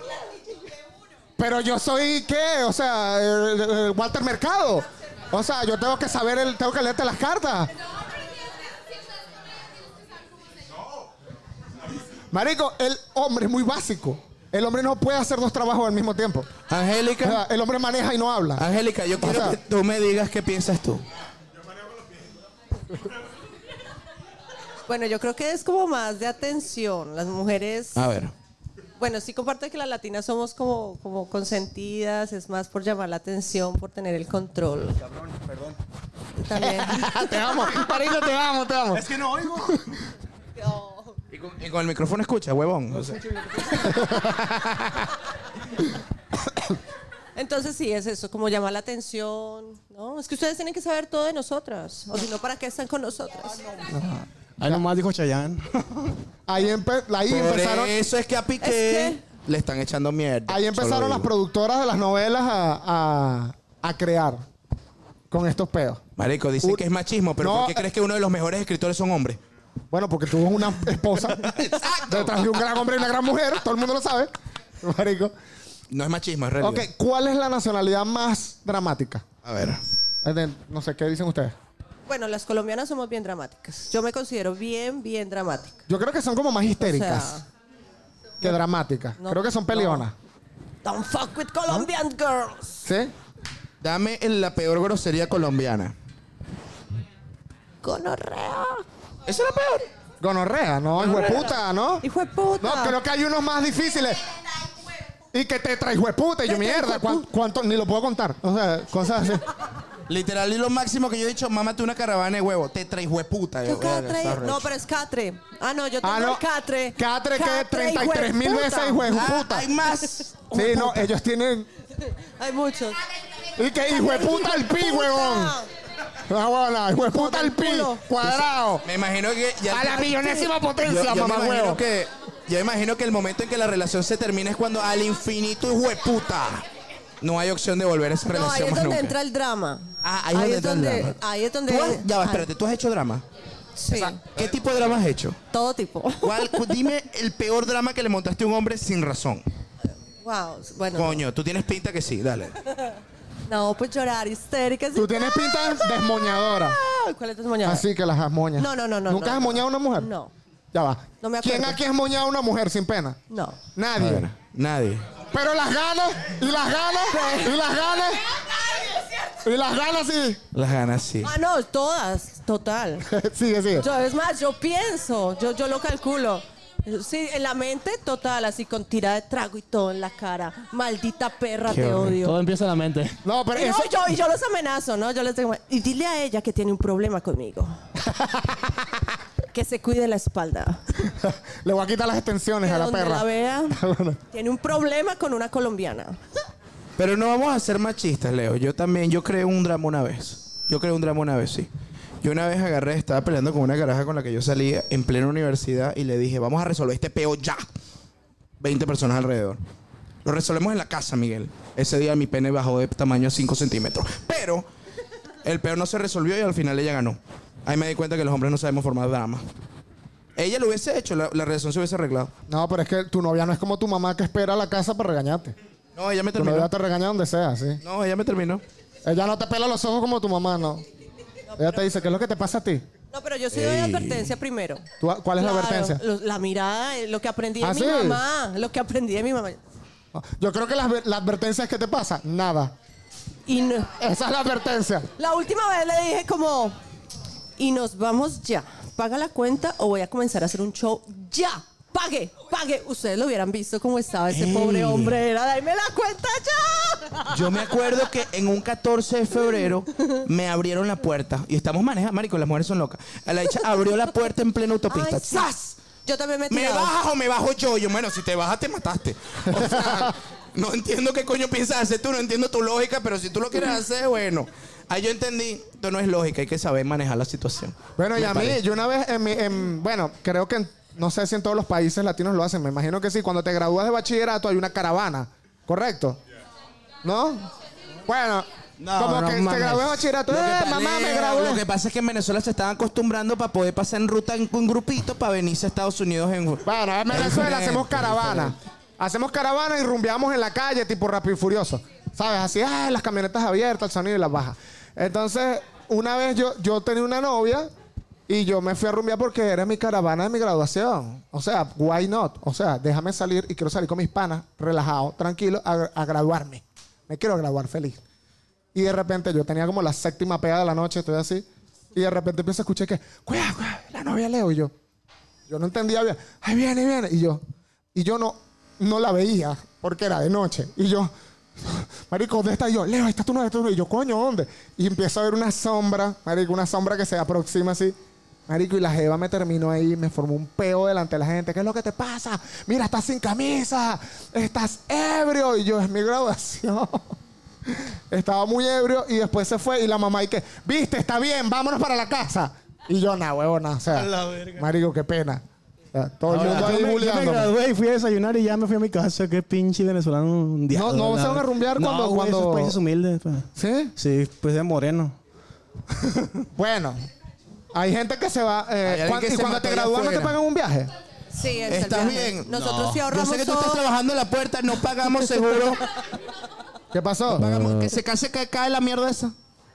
[SPEAKER 2] Pero yo soy qué, o sea, el- el Walter Mercado. O sea, yo tengo que saber, el, tengo que leerte las cartas. Marico, el hombre es muy básico. El hombre no puede hacer dos trabajos al mismo tiempo. O sea,
[SPEAKER 1] Angélica,
[SPEAKER 2] el hombre maneja y no habla.
[SPEAKER 1] Angélica, yo quiero
[SPEAKER 2] sea-
[SPEAKER 1] que tú me digas qué piensas tú.
[SPEAKER 3] Bueno, yo creo que es como más de atención. Las mujeres.
[SPEAKER 2] Ah.
[SPEAKER 1] A ver.
[SPEAKER 3] Bueno, sí comparto que las latinas somos como, como consentidas, es más por llamar la atención, por tener el control. Cabrón, perdón. También.
[SPEAKER 2] Te amo, marico, te amo, te amo.
[SPEAKER 5] que no oigo.
[SPEAKER 3] No.
[SPEAKER 1] Y con, y con el micrófono escucha, huevón. O sea,
[SPEAKER 3] Entonces sí, es eso, como llamar la atención, ¿no? Es que ustedes tienen que saber todo de nosotras, o si no, ¿para qué están con nosotras?
[SPEAKER 7] Ahí nomás dijo Chayanne.
[SPEAKER 2] Ahí, empe- ahí
[SPEAKER 1] por
[SPEAKER 2] empezaron.
[SPEAKER 1] eso es que a Piqué
[SPEAKER 3] Es
[SPEAKER 1] le están echando mierda.
[SPEAKER 2] Ahí
[SPEAKER 1] Solo
[SPEAKER 2] empezaron las
[SPEAKER 1] digo.
[SPEAKER 2] productoras de las novelas a, a- a crear con estos peos.
[SPEAKER 1] Marico, dicen
[SPEAKER 2] Un-
[SPEAKER 1] que es machismo, pero
[SPEAKER 2] No,
[SPEAKER 1] ¿por qué crees que uno de los mejores escritores son hombres?
[SPEAKER 2] Bueno, porque tuvo una esposa detrás de un gran hombre y una gran mujer, todo el mundo lo sabe, marico.
[SPEAKER 1] No es machismo, es realidad.
[SPEAKER 2] Ok, ¿cuál es la nacionalidad más dramática?
[SPEAKER 1] A ver.
[SPEAKER 2] Es de- No sé, ¿qué dicen ustedes?
[SPEAKER 3] Bueno, las colombianas somos bien dramáticas. Yo me considero bien, bien dramática.
[SPEAKER 2] Yo creo que son como más histéricas
[SPEAKER 3] O sea,
[SPEAKER 2] que dramáticas.
[SPEAKER 3] no,
[SPEAKER 2] creo que son peleonas.
[SPEAKER 3] don't fuck with Colombian girls.
[SPEAKER 2] ¿Sí?
[SPEAKER 1] Dame el- la peor grosería colombiana.
[SPEAKER 3] Gonorrea.
[SPEAKER 1] ¿Esa es la peor?
[SPEAKER 2] Gonorrea, ¿no? Hijo de puta, ¿no?
[SPEAKER 3] Hijo de puta.
[SPEAKER 2] No, creo que hay unos más difíciles. Y que te traes hueputa. Y yo,
[SPEAKER 3] Te traes
[SPEAKER 2] mierda, ¿cuán- ¿cuánto? Ni lo puedo contar. O sea, cosas así.
[SPEAKER 1] Literal, y lo máximo que yo he dicho, mámate una caravana de huevo. Te traes hueputa.
[SPEAKER 3] Yo catre- No, pero es catre. Ah, no, yo tengo
[SPEAKER 2] Ah, no.
[SPEAKER 3] el catre.
[SPEAKER 2] Catre que
[SPEAKER 3] Catre,
[SPEAKER 2] 33 mil
[SPEAKER 3] hijueputa.
[SPEAKER 2] veces, hijueputa.
[SPEAKER 1] Ah, Hay más.
[SPEAKER 2] Sí, no, ellos tienen.
[SPEAKER 3] Hay muchos.
[SPEAKER 2] Y que hijueputa al pi, huevón. Ah, La huevona, hijueputa al pi,
[SPEAKER 3] culo.
[SPEAKER 2] cuadrado.
[SPEAKER 1] Me imagino que. Ya
[SPEAKER 2] A la millonésima
[SPEAKER 1] Yo-
[SPEAKER 2] potencia,
[SPEAKER 1] yo
[SPEAKER 2] mamá
[SPEAKER 1] me imagino
[SPEAKER 2] huevo.
[SPEAKER 1] que Yo imagino que el momento en que la relación se termina es cuando al infinito hijo de puta. No hay opción de volver a esa
[SPEAKER 3] No,
[SPEAKER 1] relación
[SPEAKER 3] ahí es
[SPEAKER 1] más
[SPEAKER 3] donde
[SPEAKER 1] nunca.
[SPEAKER 3] entra el drama.
[SPEAKER 1] Ah, ahí, es donde, entra el drama.
[SPEAKER 3] Ahí es donde.
[SPEAKER 1] ¿Tú has- ya va,
[SPEAKER 3] Ay,
[SPEAKER 1] espérate, ¿tú has hecho drama?
[SPEAKER 3] sí,
[SPEAKER 1] ¿Qué tipo de drama has hecho?
[SPEAKER 3] todo tipo.
[SPEAKER 1] ¿Cuál- cu- dime el peor drama que le montaste a un hombre sin razón.
[SPEAKER 3] Wow. Bueno.
[SPEAKER 1] Coño, tú tienes pinta que sí, dale.
[SPEAKER 3] No, pues llorar, histérica. así,
[SPEAKER 2] Tú tienes pinta desmoñadora.
[SPEAKER 3] ¡ah! ¿Cuál es tu moñada?
[SPEAKER 2] Así que las has moñado.
[SPEAKER 3] No, no, no, no,
[SPEAKER 2] ¿Nunca
[SPEAKER 3] no,
[SPEAKER 2] has
[SPEAKER 3] no.
[SPEAKER 2] moñado a una mujer?
[SPEAKER 3] No,
[SPEAKER 2] Ya va.
[SPEAKER 3] No me acuerdo.
[SPEAKER 2] ¿Quién aquí has moñado a una mujer sin pena?
[SPEAKER 3] no.
[SPEAKER 1] A
[SPEAKER 2] Nadie.
[SPEAKER 1] ver, nadie.
[SPEAKER 2] Pero las ganas, y las ganas, y las ganas. Y las ganas, sí.
[SPEAKER 1] Las ganas sí.
[SPEAKER 3] Ah, no, todas, total.
[SPEAKER 2] sigue, sigue.
[SPEAKER 3] Yo, es más, yo pienso, yo, yo lo calculo. Sí, en la mente total, así con tira de trago y todo en la cara. Maldita perra, te odio.
[SPEAKER 10] Todo empieza en la mente.
[SPEAKER 2] No, pero
[SPEAKER 3] Y no,
[SPEAKER 2] eso.
[SPEAKER 3] yo, y yo los amenazo, ¿no? Yo les digo, y dile a ella que tiene un problema conmigo. que se cuide la espalda.
[SPEAKER 2] Le voy a quitar las extensiones Pues
[SPEAKER 3] Que
[SPEAKER 2] a la
[SPEAKER 3] donde
[SPEAKER 2] perra.
[SPEAKER 3] la vea, tiene un problema con una colombiana.
[SPEAKER 1] Pero no vamos a ser machistas, Leo. Yo también, yo creé un drama una vez. Yo creé un drama una vez, sí. Yo una vez agarré, estaba peleando con una caraja con la que yo salía en plena universidad y le dije, vamos a resolver este peo ya. 20 personas alrededor. Lo resolvemos en la casa, Miguel. Ese día mi pene bajó de tamaño a 5 centímetros. Pero el peo no se resolvió y al final ella ganó. Ahí me di cuenta que los hombres no sabemos formar drama. Ella lo hubiese hecho, la, la relación se hubiese arreglado.
[SPEAKER 2] No, pero es que tu novia no es como tu mamá que espera a la casa para regañarte.
[SPEAKER 1] No, ella me
[SPEAKER 2] Tu novia
[SPEAKER 1] terminó.
[SPEAKER 2] te regaña donde sea, sí.
[SPEAKER 1] No, ella me terminó.
[SPEAKER 2] Ella no te pela los ojos como tu mamá, no. Ella te dice, ¿qué es lo que te pasa a ti?
[SPEAKER 3] No, pero yo sí doy advertencia primero.
[SPEAKER 2] ¿Tú- ¿Cuál es la
[SPEAKER 3] Claro,
[SPEAKER 2] advertencia?
[SPEAKER 3] lo- la mirada, eh, lo que aprendí de
[SPEAKER 2] ¿Ah,
[SPEAKER 3] mi
[SPEAKER 2] sí?
[SPEAKER 3] mamá, lo que aprendí de mi mamá.
[SPEAKER 2] Yo creo que la, adver- la advertencia es que te pasa nada.
[SPEAKER 3] Y no-
[SPEAKER 2] Esa es la advertencia.
[SPEAKER 3] la última vez le dije como, y nos vamos ya, paga la cuenta o voy a comenzar a hacer un show ya. Pague, pague. Ustedes lo hubieran visto cómo estaba ese pobre hombre. Era, dame la cuenta ya.
[SPEAKER 1] Yo me acuerdo que en un 14 de febrero me abrieron la puerta y estamos manejando, marico, las mujeres son locas. A La hecha abrió la puerta en plena autopista.
[SPEAKER 3] Ay, sí.
[SPEAKER 1] ¡Zas!
[SPEAKER 3] Yo también me he
[SPEAKER 1] ¿Me
[SPEAKER 3] tirado.
[SPEAKER 1] bajas o me bajo yo? Yo, bueno, si te bajas te mataste. O sea, no entiendo qué coño piensas hacer tú, no entiendo tu lógica, pero si tú lo quieres hacer, bueno. Ahí yo entendí, esto no es lógica, hay que saber manejar la situación.
[SPEAKER 2] Bueno, y
[SPEAKER 1] Me
[SPEAKER 2] a mí,
[SPEAKER 1] parece.
[SPEAKER 2] yo una vez, en mi- en- bueno, creo que en- no sé si en todos los países latinos lo hacen, me imagino que sí. Cuando te gradúas de bachillerato hay una caravana, ¿correcto? ¿No? Bueno,
[SPEAKER 1] No,
[SPEAKER 2] como
[SPEAKER 1] no
[SPEAKER 2] que te
[SPEAKER 1] mames.
[SPEAKER 2] gradúas de bachillerato,
[SPEAKER 1] Lo que
[SPEAKER 2] ¡eh,
[SPEAKER 1] pa-
[SPEAKER 2] mamá, me
[SPEAKER 1] Leo,
[SPEAKER 2] gradué!
[SPEAKER 1] Lo que pasa es que en Venezuela se estaban acostumbrando para poder pasar en ruta en un grupito para venirse a Estados Unidos en...
[SPEAKER 2] Bueno, en Venezuela
[SPEAKER 1] Diferente,
[SPEAKER 2] hacemos caravana. Hacemos caravana y rumbeamos en la calle, tipo rápido y furioso. ¿Sabes? Así, ah, las camionetas abiertas, el sonido y las bajas. Entonces, una vez yo, yo tenía una novia y yo me fui a rumbear porque era mi caravana de mi graduación. O sea, why not? O sea, déjame salir y quiero salir con mis panas, relajado, tranquilo, a, a graduarme. Me quiero graduar feliz. Y de repente yo tenía como la séptima pegada de la noche, estoy así. Y de repente empiezo a escuchar que, cuidado, cuidado, la novia Leo y yo. Yo no entendía bien. Ahí viene, ahí viene. Y yo, y yo no, no la veía porque era de noche. Y yo, marico, ¿dónde está? Y yo, Leo, ahí está tu novia, está tu novia. Y yo, coño, ¿dónde? Y empiezo a ver una sombra, marico, una sombra que se aproxima así. Marico, y la jeva me terminó ahí, me formó un peo delante de la gente. ¿Qué es lo que te pasa? Mira, estás sin camisa, estás ebrio. Y yo, es mi graduación. Estaba muy ebrio y después se fue. Y la mamá, y que, viste, está bien, vámonos para la casa. Y yo, na, huevona. O sea, marico, qué pena. O sea, todo el
[SPEAKER 7] Ahora,
[SPEAKER 2] mundo ahí
[SPEAKER 7] yo, me, yo me
[SPEAKER 2] bulleándome.
[SPEAKER 7] gradué y fui a desayunar y ya me fui a mi casa. Qué pinche venezolano un día.
[SPEAKER 2] No, no se van a rumbear
[SPEAKER 7] No,
[SPEAKER 2] cuando-
[SPEAKER 7] güey,
[SPEAKER 2] cuando-
[SPEAKER 7] esos países humildes. pa.
[SPEAKER 2] ¿Sí?
[SPEAKER 7] Sí, pues de moreno.
[SPEAKER 2] Bueno, hay gente que se va. eh,
[SPEAKER 1] Hay alguien
[SPEAKER 2] cuan-
[SPEAKER 1] que
[SPEAKER 2] y
[SPEAKER 1] se
[SPEAKER 2] cuando
[SPEAKER 1] mató
[SPEAKER 2] te
[SPEAKER 1] allá
[SPEAKER 2] gradúas, ¿no te
[SPEAKER 1] afuera.
[SPEAKER 2] pagan un viaje?
[SPEAKER 3] Sí, es el
[SPEAKER 1] ¿Estás
[SPEAKER 3] viaje.
[SPEAKER 1] bien?
[SPEAKER 3] Nosotros
[SPEAKER 1] No.
[SPEAKER 3] sí ahorramos
[SPEAKER 1] Yo sé que tú estás
[SPEAKER 3] todo.
[SPEAKER 1] trabajando en la puerta, no pagamos seguro.
[SPEAKER 2] ¿Qué pasó?
[SPEAKER 1] que se case que cae la mierda esa.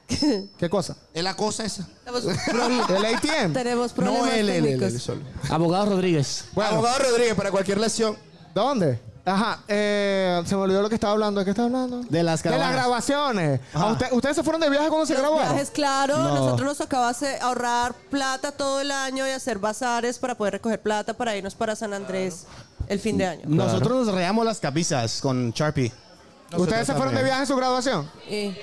[SPEAKER 2] ¿Qué cosa?
[SPEAKER 1] Es la cosa esa.
[SPEAKER 2] El ATM.
[SPEAKER 3] Tenemos problemas
[SPEAKER 1] No él, él, él,
[SPEAKER 3] técnicos.
[SPEAKER 1] él solo.
[SPEAKER 10] Abogado Rodríguez.
[SPEAKER 2] Bueno.
[SPEAKER 1] Abogado Rodríguez, para cualquier lesión.
[SPEAKER 2] ¿Dónde? Ajá, eh, se me olvidó lo que estaba hablando. ¿De qué estaba hablando?
[SPEAKER 7] De las
[SPEAKER 2] De las
[SPEAKER 7] caravanas.
[SPEAKER 2] grabaciones.
[SPEAKER 7] Ajá.
[SPEAKER 2] ¿A usted- ¿Ustedes se fueron de viaje cuando se
[SPEAKER 3] Los
[SPEAKER 2] grabaron?
[SPEAKER 3] viajes, claro,
[SPEAKER 7] No.
[SPEAKER 3] nosotros nos tocaba hacer- ahorrar plata todo el año y hacer bazares para poder recoger plata para irnos para San Andrés el fin de año.
[SPEAKER 7] Nosotros nos rayamos las cabezas con Sharpie.
[SPEAKER 2] ¿Ustedes se fueron de
[SPEAKER 7] también.
[SPEAKER 2] viaje en su graduación?
[SPEAKER 3] Y-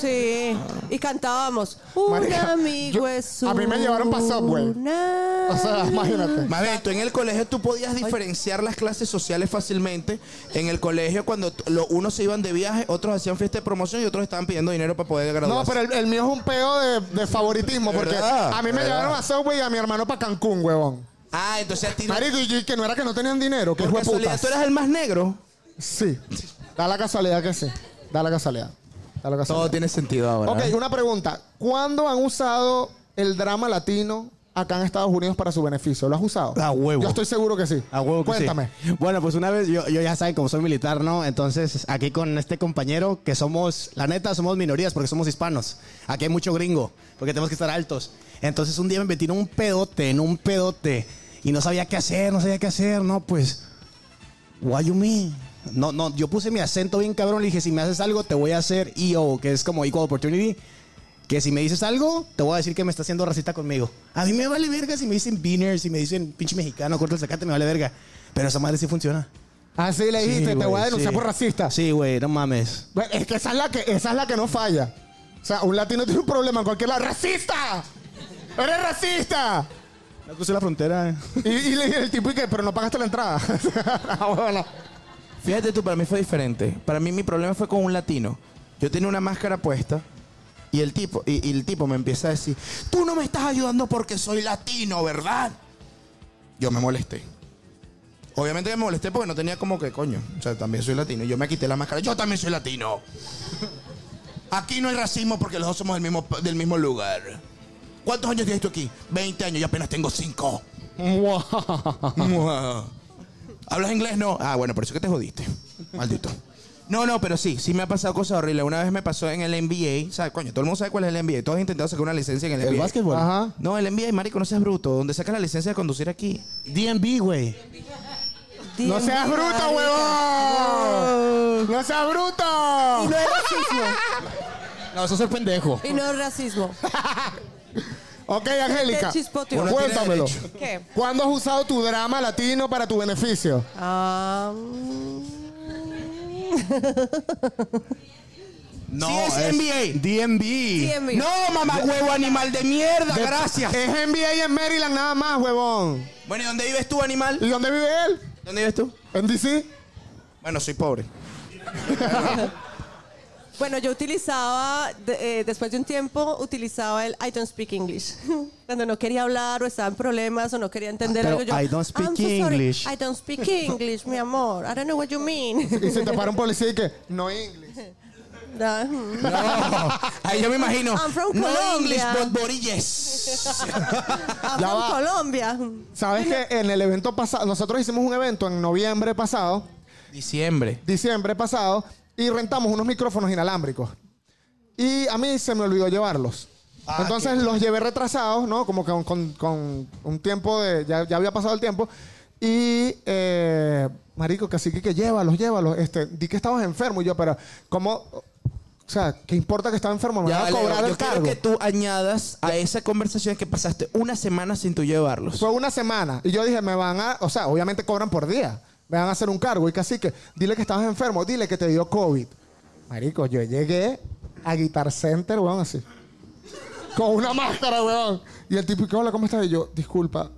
[SPEAKER 3] sí, y cantábamos. Un
[SPEAKER 2] Marica,
[SPEAKER 3] amigo
[SPEAKER 2] yo-
[SPEAKER 3] es
[SPEAKER 2] a mí me llevaron pa' Subway.
[SPEAKER 3] una
[SPEAKER 2] O sea, imagínate.
[SPEAKER 1] Más bien, tú en el colegio tú podías diferenciar las clases sociales fácilmente. En el colegio, cuando t- lo- unos se iban de viaje, otros hacían fiesta de promoción y otros estaban pidiendo dinero para poder
[SPEAKER 2] No,
[SPEAKER 1] graduarse.
[SPEAKER 2] pero el, el mío es un pedo de, de favoritismo porque
[SPEAKER 1] ¿Verdad?
[SPEAKER 2] a mí me
[SPEAKER 1] ¿Verdad?
[SPEAKER 2] llevaron a Subway y a mi hermano para Cancún, huevón.
[SPEAKER 1] Ah, entonces a ti no-
[SPEAKER 2] Marico, y yo- que no era que no tenían dinero, que
[SPEAKER 1] Por
[SPEAKER 2] fue
[SPEAKER 1] casualidad, tú eras el más negro.
[SPEAKER 2] Sí. Da la casualidad que sí. Da la casualidad. Da la casualidad.
[SPEAKER 1] tiene sentido ahora.
[SPEAKER 2] Ok, una pregunta. ¿Cuándo han usado el drama latino acá en Estados Unidos para su beneficio? ¿Lo has usado?
[SPEAKER 7] A huevo.
[SPEAKER 2] Yo estoy seguro que sí.
[SPEAKER 7] A huevo que sí.
[SPEAKER 2] Cuéntame.
[SPEAKER 7] Bueno, pues una vez, yo, yo ya saben, como soy militar, ¿no? Entonces, aquí con este compañero, que somos, la neta, somos minorías porque somos hispanos. Aquí hay mucho gringo, porque tenemos que estar altos. Entonces, un día me metí en un pedote, en un pedote, y no sabía qué hacer, no sabía qué hacer, ¿no? Pues, what you mean? No, no, yo puse mi acento bien cabrón, le dije, si me haces algo, te voy a hacer EO, que es como Equal Opportunity. Que si me dices algo, te voy a decir que me está haciendo racista conmigo. A mí me vale verga si me dicen beaner, si me dicen pinche mexicano, corta el sacate, me vale verga. Pero esa madre sí funciona.
[SPEAKER 2] Así le dijiste, te
[SPEAKER 7] güey,
[SPEAKER 2] voy a denunciar
[SPEAKER 7] sí.
[SPEAKER 2] por racista.
[SPEAKER 7] Sí, güey, no mames.
[SPEAKER 2] Bueno, Es que esa es la que esa es la que no falla. O sea, un latino tiene un problema en cualquier lado. ¡Racista! ¡Eres racista!
[SPEAKER 7] No crucé la frontera.
[SPEAKER 2] Y, y le el tipo y que, pero no pagaste la entrada. Ah, bueno.
[SPEAKER 1] Fíjate tú, para mí fue diferente. Para mí mi problema fue con un latino. Yo tenía una máscara puesta y el tipo, y, y el tipo me empieza a decir, tú no me estás ayudando porque soy latino, ¿verdad? Yo me molesté. Obviamente que me molesté porque no tenía como que coño. O sea, también soy latino. Y Yo me quité la máscara. Yo también soy latino. Aquí no hay racismo porque los dos somos del mismo, del mismo lugar. ¿Cuántos años tienes tú aquí? 20 años. Yo apenas tengo 5. Mua. ah, ¿Hablas inglés? No. Ah, bueno, por eso que te jodiste. Maldito. No, no, pero sí, sí me ha pasado cosas horribles. Una vez me pasó en el NBA, ¿sabes? Coño, todo el mundo sabe cuál es el NBA. Todos han intentado sacar una licencia en el NBA.
[SPEAKER 7] El básquetbol.
[SPEAKER 2] Ajá.
[SPEAKER 1] No, el NBA, marico, no seas bruto. Donde sacas la licencia de conducir aquí?
[SPEAKER 7] DMV, güey.
[SPEAKER 2] ¡No seas bruto, huevón! ¡No seas
[SPEAKER 3] Y
[SPEAKER 2] bruto!
[SPEAKER 3] no es racismo.
[SPEAKER 10] No, eso es el pendejo.
[SPEAKER 3] Y no es racismo.
[SPEAKER 2] Ok, Angélica.
[SPEAKER 3] Qué este chispoteo.
[SPEAKER 1] Uno tiene
[SPEAKER 2] Cuéntamelo.
[SPEAKER 1] derecho.
[SPEAKER 3] ¿Qué?
[SPEAKER 2] ¿Cuándo has usado tu drama latino para tu beneficio?
[SPEAKER 3] Ah, mm.
[SPEAKER 7] No,
[SPEAKER 1] Sí, es NBA.
[SPEAKER 7] DMV.
[SPEAKER 3] DMV.
[SPEAKER 1] No, mamá huevo, animal de mierda, gracias.
[SPEAKER 2] Es NBA en Maryland nada más, huevón.
[SPEAKER 1] Bueno, ¿y dónde vives tú, animal?
[SPEAKER 2] ¿Y dónde vive él?
[SPEAKER 1] ¿Dónde vives tú?
[SPEAKER 2] ¿En DC?
[SPEAKER 1] Bueno, soy pobre.
[SPEAKER 3] Bueno, yo utilizaba, de- eh, después de un tiempo, utilizaba el I don't speak English. Cuando no quería hablar o estaba en problemas o no quería entender
[SPEAKER 7] Pero
[SPEAKER 3] algo, yo,
[SPEAKER 7] I don't speak
[SPEAKER 3] "I'm so sorry,
[SPEAKER 7] English."
[SPEAKER 3] I don't speak English, mi amor. I don't know what you mean.
[SPEAKER 2] Y se te para un policía y que, no inglés.
[SPEAKER 3] Da- mm.
[SPEAKER 1] No. Ahí yo me imagino.
[SPEAKER 3] I'm from
[SPEAKER 1] no
[SPEAKER 3] Colombia.
[SPEAKER 1] English, but Borilles.
[SPEAKER 3] I'm
[SPEAKER 2] Ya
[SPEAKER 3] from
[SPEAKER 2] va.
[SPEAKER 3] Colombia.
[SPEAKER 2] ¿Sabes que en el evento pasado, nosotros hicimos un evento en noviembre pasado,
[SPEAKER 1] Diciembre.
[SPEAKER 2] diciembre pasado, y rentamos unos micrófonos inalámbricos. Y a mí se me olvidó llevarlos.
[SPEAKER 1] Ah,
[SPEAKER 2] Entonces los llevé retrasados, ¿no? Como que con, con- con un tiempo de. Ya, ya había pasado el tiempo. Y, eh, Marico, que así que, que llévalos, llévalos. Este, di que estabas enfermo. Y yo, pero, ¿cómo? O sea, ¿qué importa que estaba enfermo? Me
[SPEAKER 1] Ya,
[SPEAKER 2] van a
[SPEAKER 1] Leo,
[SPEAKER 2] cobrar
[SPEAKER 1] yo
[SPEAKER 2] el
[SPEAKER 1] quiero
[SPEAKER 2] cargo.
[SPEAKER 1] que tú añadas a esa conversación que pasaste una semana sin tú llevarlos.
[SPEAKER 2] Fue una semana. Y yo dije, me van a. O sea, obviamente cobran por día. Me van a hacer un cargo. Y casi que, dile que estabas enfermo, dile que te dio COVID. Marico, yo llegué a Guitar Center, weón, así. Con una máscara, weón. Y el tipo, "¿Y qué hola, ¿cómo estás? Y yo, disculpa.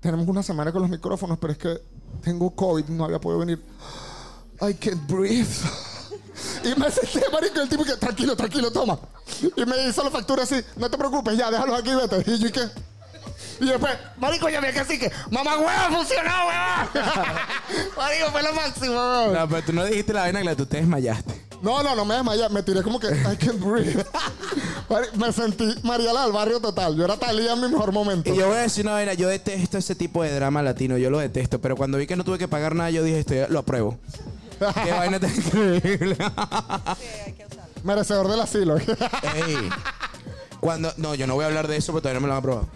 [SPEAKER 2] Tenemos una semana con los micrófonos, pero es que tengo COVID, no había podido venir. I can't breathe. Y me senté, marico, el tipo que, tranquilo, tranquilo, toma. Y me hizo la factura así, no te preocupes, ya, déjalos aquí, vete. Y yo, ¿y qué? Y después, marico, ya me que así que, mamá hueva, funcionó, hueva. marico, fue lo máximo, huevón.
[SPEAKER 1] No, pero tú no dijiste la vaina que la- tú te desmayaste.
[SPEAKER 2] No, no, no me desmayé, me tiré como que, I can't breathe. Me sentí Mariela del barrio total. Yo era Talía en mi mejor momento.
[SPEAKER 1] Y yo voy a decir una vaina, yo detesto ese tipo de drama latino, yo lo detesto, pero cuando vi que no tuve que pagar nada, yo dije, esto lo apruebo. Qué vaina tan increíble.
[SPEAKER 2] Merecedor del asilo.
[SPEAKER 1] Ey, cuando, no, yo no voy a hablar de eso porque todavía no me lo han aprobado.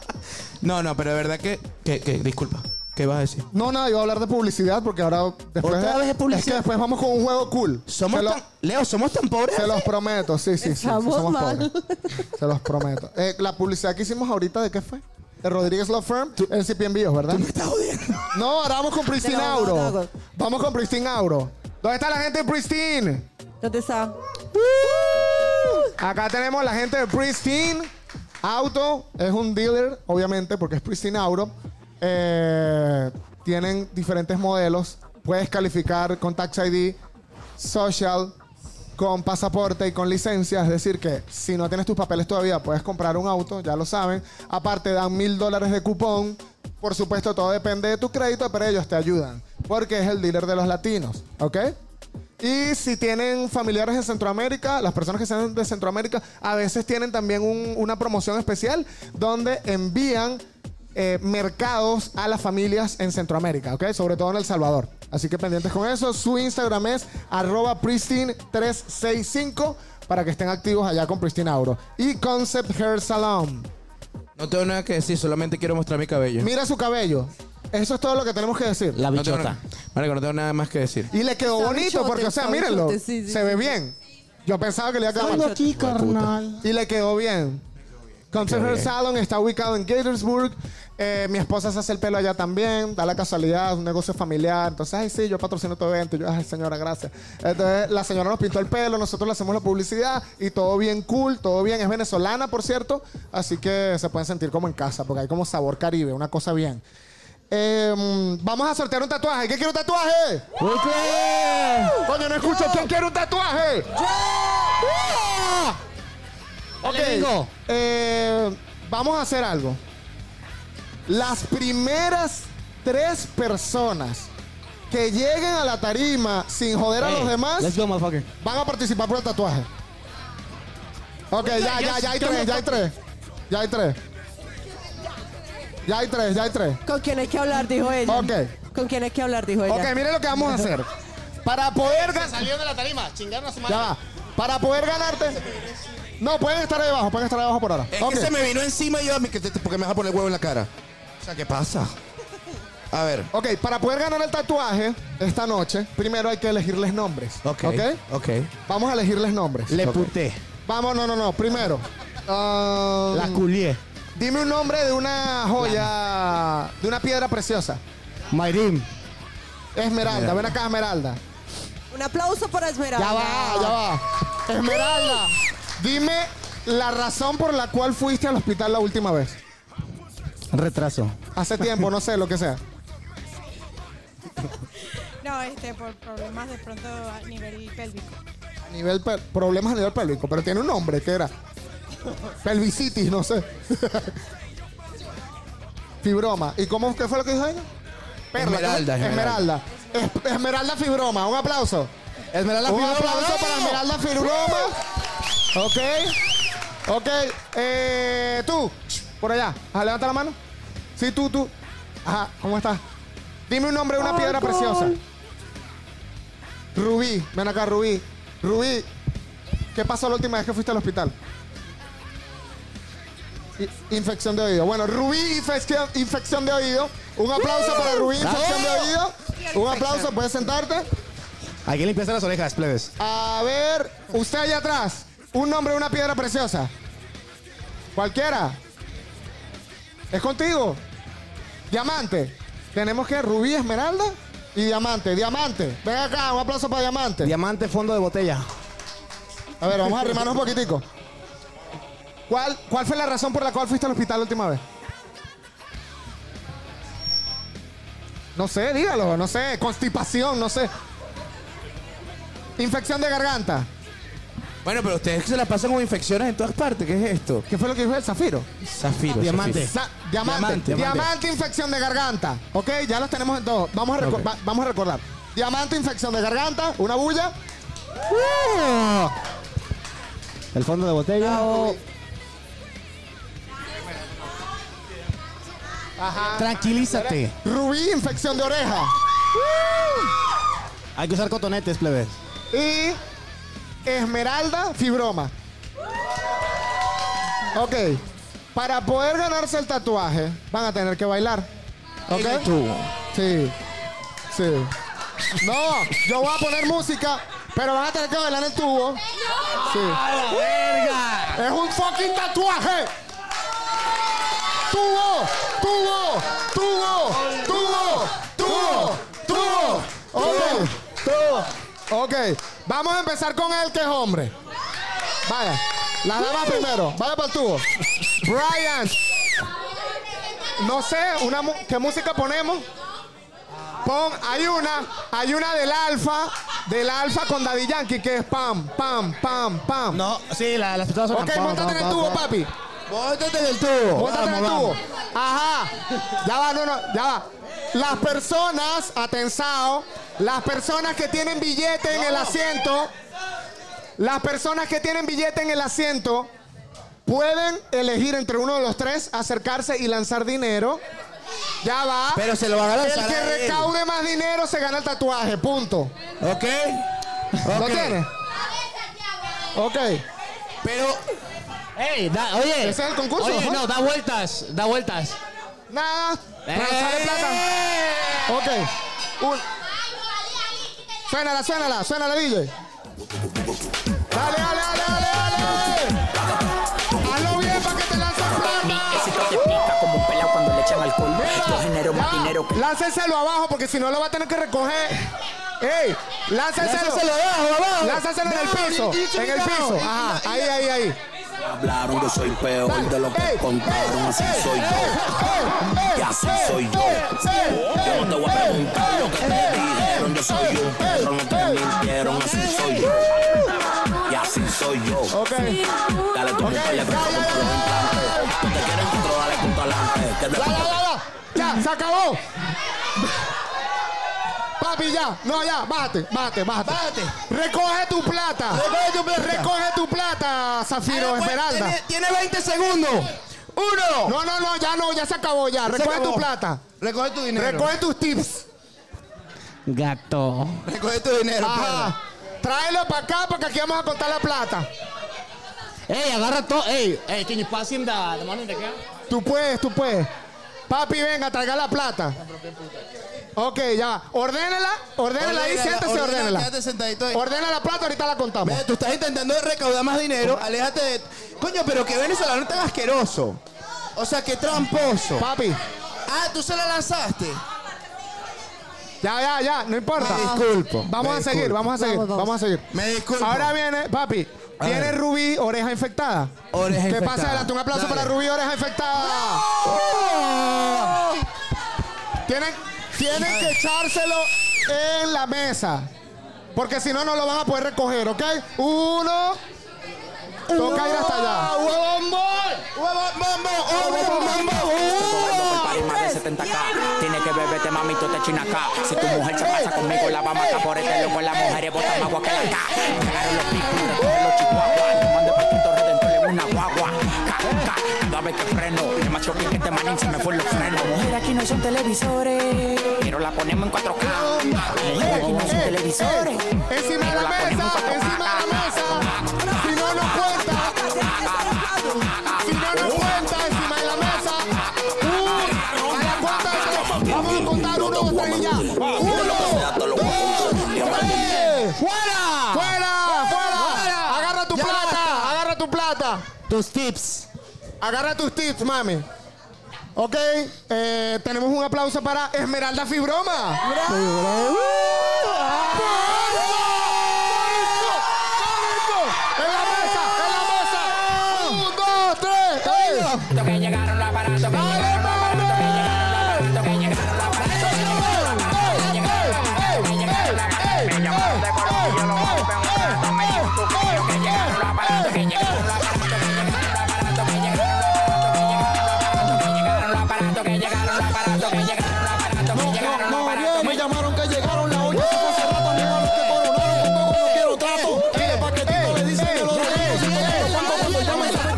[SPEAKER 1] No, no, pero de verdad que, que, que- disculpa, ¿qué vas a decir?
[SPEAKER 2] No, nada, yo voy a hablar de publicidad porque ahora después.
[SPEAKER 1] ¿Otra vez de publicidad?
[SPEAKER 2] Es que después vamos con un juego cool.
[SPEAKER 1] Somos
[SPEAKER 2] Se lo-
[SPEAKER 1] tan- Leo, somos tan pobres.
[SPEAKER 2] Se los prometo, sí, sí, sí, sí.
[SPEAKER 3] Estamos
[SPEAKER 2] somos
[SPEAKER 3] mal.
[SPEAKER 2] pobres. Se los prometo. Eh, la publicidad que hicimos ahorita, ¿de qué fue? De Rodríguez Law Firm, en CP Envíos, ¿verdad?
[SPEAKER 1] Me estás jodiendo.
[SPEAKER 2] No, ahora vamos con Pristine
[SPEAKER 3] Te lo-
[SPEAKER 2] Auro.
[SPEAKER 3] te lo-
[SPEAKER 2] Vamos con Pristine Auro. ¿Dónde está la gente de Pristine?
[SPEAKER 3] ¿Dónde está?
[SPEAKER 2] Acá tenemos la gente de Pristine Auto. Es un dealer, obviamente, porque es Pristine Auto. Eh, tienen diferentes modelos. Puedes calificar con Tax ID, Social, con pasaporte y con licencia. Es decir, que si no tienes tus papeles todavía, puedes comprar un auto, ya lo saben. Aparte, dan mil dólares de cupón. Por supuesto, todo depende de tu crédito, pero ellos te ayudan. Porque es el dealer de los latinos, ¿ok? Y si tienen familiares en Centroamérica, las personas que sean de Centroamérica, a veces tienen también un- una promoción especial donde envían eh, mercados a las familias en Centroamérica, ¿ok? Sobre todo en El Salvador. Así que pendientes con eso. Su Instagram es arroba pristine365 para que estén activos allá con Pristine Auro. Y Concept Hair Salon.
[SPEAKER 1] No tengo nada que decir, solamente quiero mostrar mi cabello.
[SPEAKER 2] Mira su cabello. Eso es todo lo que tenemos que decir.
[SPEAKER 10] La
[SPEAKER 1] No tengo
[SPEAKER 10] bichota.
[SPEAKER 1] na- Marico, no tengo nada más que decir.
[SPEAKER 2] Y le quedó
[SPEAKER 3] Está
[SPEAKER 2] bonito
[SPEAKER 3] bichote,
[SPEAKER 2] porque, o sea,
[SPEAKER 3] está
[SPEAKER 2] mírenlo.
[SPEAKER 3] bichote, sí, sí,
[SPEAKER 2] se
[SPEAKER 3] sí,
[SPEAKER 2] ve
[SPEAKER 3] sí.
[SPEAKER 2] bien. Yo pensaba que le iba a quedar
[SPEAKER 10] Vengo
[SPEAKER 2] mal.
[SPEAKER 10] aquí, carnal.
[SPEAKER 2] Y le quedó bien. Concept Hair Salon está ubicado en Gaithersburg. Eh, mi esposa se hace el pelo allá también. Da la casualidad, es un negocio familiar. Entonces, ay, sí, yo patrocino tu evento. Yo, ay, señora, gracias. Entonces, la señora nos pintó el pelo, nosotros le hacemos la publicidad y todo bien cool, todo bien. Es venezolana, por cierto. Así que se pueden sentir como en casa porque hay como sabor caribe, una cosa bien. Eh, vamos a sortear un tatuaje. ¿Qué quiere un tatuaje? Coño, no escucho. ¿Quién quiere un tatuaje? ¡Ah! Ok.
[SPEAKER 10] Enemigo.
[SPEAKER 2] eh, vamos a hacer algo. Las primeras tres personas que lleguen a la tarima sin joder a
[SPEAKER 10] Hey,
[SPEAKER 2] los demás
[SPEAKER 10] Let's go, motherfucker.
[SPEAKER 2] van a participar por el tatuaje. Ok, ya, ya, ya hay tres, ya hay tres. Ya hay tres. Ya hay tres, ya hay tres.
[SPEAKER 3] ¿Con quién hay que hablar? Dijo ella.
[SPEAKER 2] Ok.
[SPEAKER 3] ¿Con quién hay que hablar? Dijo ella.
[SPEAKER 2] Ok, miren lo que vamos a hacer. Para poder ganar.
[SPEAKER 8] Salieron de la tarima, chingaron a su madre.
[SPEAKER 2] Ya va. Para poder ganarte. No, pueden estar ahí abajo, pueden estar ahí abajo por ahora.
[SPEAKER 1] Es
[SPEAKER 2] Ok.
[SPEAKER 1] que se me vino encima y yo, que te- porque me vas a poner huevo en la cara. O sea, ¿qué pasa? A ver.
[SPEAKER 2] Ok, para poder ganar el tatuaje esta noche, primero hay que elegirles nombres.
[SPEAKER 1] Ok. Ok.
[SPEAKER 2] Vamos a elegirles nombres.
[SPEAKER 7] Le
[SPEAKER 2] Ok.
[SPEAKER 7] puté.
[SPEAKER 2] Vamos, no, no, no. Primero. um,
[SPEAKER 7] La culié.
[SPEAKER 2] dime un nombre de una joya, de una piedra preciosa.
[SPEAKER 7] Mayrim.
[SPEAKER 2] Esmeralda, ven acá, Esmeralda.
[SPEAKER 3] Un aplauso para Esmeralda.
[SPEAKER 2] Ya va, ya va. Esmeralda, dime la razón por la cual fuiste al hospital la última vez.
[SPEAKER 7] Retraso.
[SPEAKER 2] Hace tiempo, no sé, lo que sea.
[SPEAKER 11] No, este, por problemas de pronto a nivel pélvico.
[SPEAKER 2] A nivel pel- problemas a nivel pélvico, pero tiene un nombre que era pelvicitis, no sé. fibroma. ¿Y cómo qué fue lo que dijo ella? Perla,
[SPEAKER 1] Esmeralda,
[SPEAKER 2] ¿cómo? Esmeralda. Es- Esmeralda Fibroma, un aplauso.
[SPEAKER 1] Esmeralda
[SPEAKER 2] un
[SPEAKER 1] Fibroma,
[SPEAKER 2] aplauso
[SPEAKER 1] bravo.
[SPEAKER 2] para Esmeralda Fibroma. Ok. Ok. Eh, tú, por allá. Ajá, levanta la mano. Sí, tú, tú. Ajá, ¿cómo estás? Dime un nombre de una piedra preciosa. Rubí, ven acá, Rubí. Rubí, ¿qué pasó la última vez que fuiste al hospital? I- Infección de oído. Bueno, Rubí, infección, infección de oído. Un aplauso para Rubí, infección de oído. Un aplauso, puedes sentarte.
[SPEAKER 7] Hay que limpiarse las orejas, plebes.
[SPEAKER 2] A ver, usted allá atrás, un nombre de una piedra preciosa. Cualquiera. Es contigo. Diamante. Tenemos que rubí, esmeralda y diamante. Diamante. Ven acá, un aplauso para diamante.
[SPEAKER 7] Diamante fondo de botella.
[SPEAKER 2] a ver, vamos a arrimarnos un poquitico. ¿Cuál, ¿Cuál fue la razón por la cual fuiste al hospital la última vez? No sé, dígalo, no sé. Constipación, no sé. Infección de garganta.
[SPEAKER 1] Bueno, pero ustedes se la pasan con infecciones en todas partes. ¿Qué es esto?
[SPEAKER 2] ¿Qué fue lo que dijo el zafiro?
[SPEAKER 1] Zafiro.
[SPEAKER 7] Diamante.
[SPEAKER 1] zafiro.
[SPEAKER 2] Sa- diamante,
[SPEAKER 1] Diamante,
[SPEAKER 2] diamante,
[SPEAKER 1] diamante.
[SPEAKER 2] infección de garganta. Ok, ya los tenemos en todos. Vamos a, reco-
[SPEAKER 1] Ok.
[SPEAKER 2] va- vamos a recordar. Diamante, infección de garganta, una bulla. ¡Uh!
[SPEAKER 7] El fondo de botella.
[SPEAKER 2] Ajá.
[SPEAKER 7] Tranquilízate.
[SPEAKER 2] Rubí, infección de oreja.
[SPEAKER 7] Hay que usar cotonetes, plebes.
[SPEAKER 2] Y Esmeralda, fibroma. Ok. Para poder ganarse el tatuaje, van a tener que bailar. ¿Ok? Sí. Sí. No, yo voy a poner música, pero van a tener que bailar el tubo. Sí. verga! ¡Es un fucking tatuaje! ¡Tubo! ¡Tubo! ¡Tubo! ¡Tubo! ¡Tubo! ¡Tubo! ¡Tubo! ¡Tubo! Ok, vamos a empezar con el que es hombre. Vaya, las damas primero. Vaya para el tubo. Brian. No sé, una mu- ¿qué música ponemos? Pon, hay una, hay una del alfa, del alfa con Daddy Yankee que es pam, pam, pam, pam. No, sí, las personas
[SPEAKER 7] son
[SPEAKER 2] Ok,
[SPEAKER 7] pam,
[SPEAKER 2] montate
[SPEAKER 7] pam,
[SPEAKER 2] en el
[SPEAKER 7] pam,
[SPEAKER 2] tubo,
[SPEAKER 7] pam.
[SPEAKER 2] papi. Móntate en el tubo. Móntate en el
[SPEAKER 7] Vamos,
[SPEAKER 2] tubo. Ajá. Ya va, no, no, ya va. Las personas, atensado, las personas que tienen billete en el asiento, las personas que tienen billete en el asiento pueden elegir entre uno de los tres acercarse y lanzar dinero. Ya va.
[SPEAKER 1] Pero se lo van a lanzar
[SPEAKER 2] El que
[SPEAKER 1] a él.
[SPEAKER 2] recaude más dinero se gana el tatuaje, punto.
[SPEAKER 1] ¿Ok?
[SPEAKER 2] ¿Lo
[SPEAKER 1] Ok.
[SPEAKER 2] tienes? Ok.
[SPEAKER 1] Pero.
[SPEAKER 10] ¡Ey! da- oye.
[SPEAKER 2] Ese es el concurso,
[SPEAKER 10] Oye,
[SPEAKER 2] ajá.
[SPEAKER 10] no, da vueltas. Da vueltas.
[SPEAKER 2] Nada.
[SPEAKER 10] ¡Eh!
[SPEAKER 2] Sale plata. Ok. Un... Suénala, suénala, suénala, DJ. Dale, dale, dale, dale, dale. Hazlo bien para que te lances
[SPEAKER 12] Mi
[SPEAKER 2] plata.
[SPEAKER 12] éxito te pica como un pelao cuando le echan alcohol. Yo genero más dinero que
[SPEAKER 2] Lánzenselo abajo porque si no lo va a tener que recoger. ¡Ey! Lánzenselo.
[SPEAKER 12] Lánzenselo abajo, abajo.
[SPEAKER 2] Lánzenselo en el
[SPEAKER 12] Bravo,
[SPEAKER 2] piso.
[SPEAKER 12] bien dicho,
[SPEAKER 2] En el
[SPEAKER 12] mi
[SPEAKER 2] piso.
[SPEAKER 12] bravo.
[SPEAKER 2] Ajá. Ahí, ahí, ahí.
[SPEAKER 12] hablaron. Yo soy peor de lo que contaron. Así soy yo. Y así soy yo. Yo no te voy a preguntar lo que te dijeron. Yo soy un perro, no te mintieron. Así soy yo. Y así soy yo. Dale tu mujer, le pregunto por los implantes. No te quieren controlar, dale punto adelante. Que de
[SPEAKER 2] Ya, ya, ya, ya. Ya, se acabó. Papi, ya. No, ya. Bájate, bájate, bájate. Recoge tu plata.
[SPEAKER 1] Recoge tu plata.
[SPEAKER 2] Recoge tu plata, Zafiro
[SPEAKER 1] Ahora, pues,
[SPEAKER 2] Esmeralda.
[SPEAKER 1] tiene- tiene 20 segundos. Uno.
[SPEAKER 2] No, no, no. Ya no. Ya se acabó. Ya.
[SPEAKER 1] Se
[SPEAKER 2] Recoge
[SPEAKER 1] acabó.
[SPEAKER 2] tu plata.
[SPEAKER 1] Recoge tu dinero.
[SPEAKER 2] Recoge tus tips.
[SPEAKER 10] Gato.
[SPEAKER 1] Recoge tu dinero, perra.
[SPEAKER 2] Ajá. Tráelo para acá porque aquí vamos a contar la plata.
[SPEAKER 10] ¡Ey, agarra todo! ¡Ey! ¡Ey, can you pass him the, the money in the can?
[SPEAKER 2] Tú puedes, tú puedes. Papi, venga, traiga la plata. Ok, ya. Ordénela, ordénela ahí,
[SPEAKER 1] Ordénala,
[SPEAKER 2] siéntese,
[SPEAKER 1] ordénala,
[SPEAKER 2] ordénela.
[SPEAKER 1] quédate sentadito ahí.
[SPEAKER 2] Ordena la plata, ahorita la contamos.
[SPEAKER 1] Tú estás intentando recaudar más dinero, aléjate de... Coño, pero que venezolano tan asqueroso. O sea, que tramposo.
[SPEAKER 2] Papi.
[SPEAKER 1] Ah, tú se la lanzaste.
[SPEAKER 2] Ya, ya, ya, no importa.
[SPEAKER 1] Me disculpo,
[SPEAKER 2] Vamos
[SPEAKER 1] me
[SPEAKER 2] a seguir,
[SPEAKER 1] disculpo.
[SPEAKER 2] vamos a seguir,
[SPEAKER 1] Vamos,
[SPEAKER 2] vamos,
[SPEAKER 1] vamos.
[SPEAKER 2] a seguir.
[SPEAKER 1] Me disculpo.
[SPEAKER 2] Ahora viene, papi, tiene
[SPEAKER 1] ver.
[SPEAKER 2] Rubí oreja infectada.
[SPEAKER 1] Oreja
[SPEAKER 2] ¿Qué
[SPEAKER 1] infectada.
[SPEAKER 2] pasa adelante? Un aplauso
[SPEAKER 1] Dale.
[SPEAKER 2] para Rubí oreja infectada. Tienen, tienen que echárselo en la mesa. Porque si no, no lo van a poder recoger, ¿ok? Uno. Toca ir hasta allá.
[SPEAKER 1] ¡Huevón,
[SPEAKER 12] Party más de 70k. Tiene que beberte, mami, tú te chinas acá. Si tu mujer se pasa conmigo, la va a matar por este loco. Las mujeres botan agua que la acá. Cagaron los picos, después los chihuahuas. No mande pa' Cristo Redentor en una guagua. Ca, ca, Cada vez que freno, el macho que este manín se me fue los frenos. Mujer, aquí no son televisores. Pero la ponemos en 4K. Mujer, aquí no son televisores.
[SPEAKER 2] Eh, Encima de la mesa, encima de la mesa. Si no, no cuenta. Si no, no cuenta, encima de la mesa. Un, a la cuenta de tres. Vamos a contar uno, dos, tres y ya. Uno, dos, tres. ¡Fuera! ¡Fuera! ¡Fuera! ¡Agarra tu plata! ¡Agarra tu plata! Tus tips. Agarra tus tips, mami. Ok, eh, tenemos un aplauso para Esmeralda Fibroma. ¡En la mesa! ¡En la mesa! ¡Un, dos, tres! ¡Ey!
[SPEAKER 5] me llamaron que llegaron la olla. Hace rato, nigga, los que coronaron. Tampoco no quiero trato. Tiene paquetito, le dicen que lo dejo. Si no quiero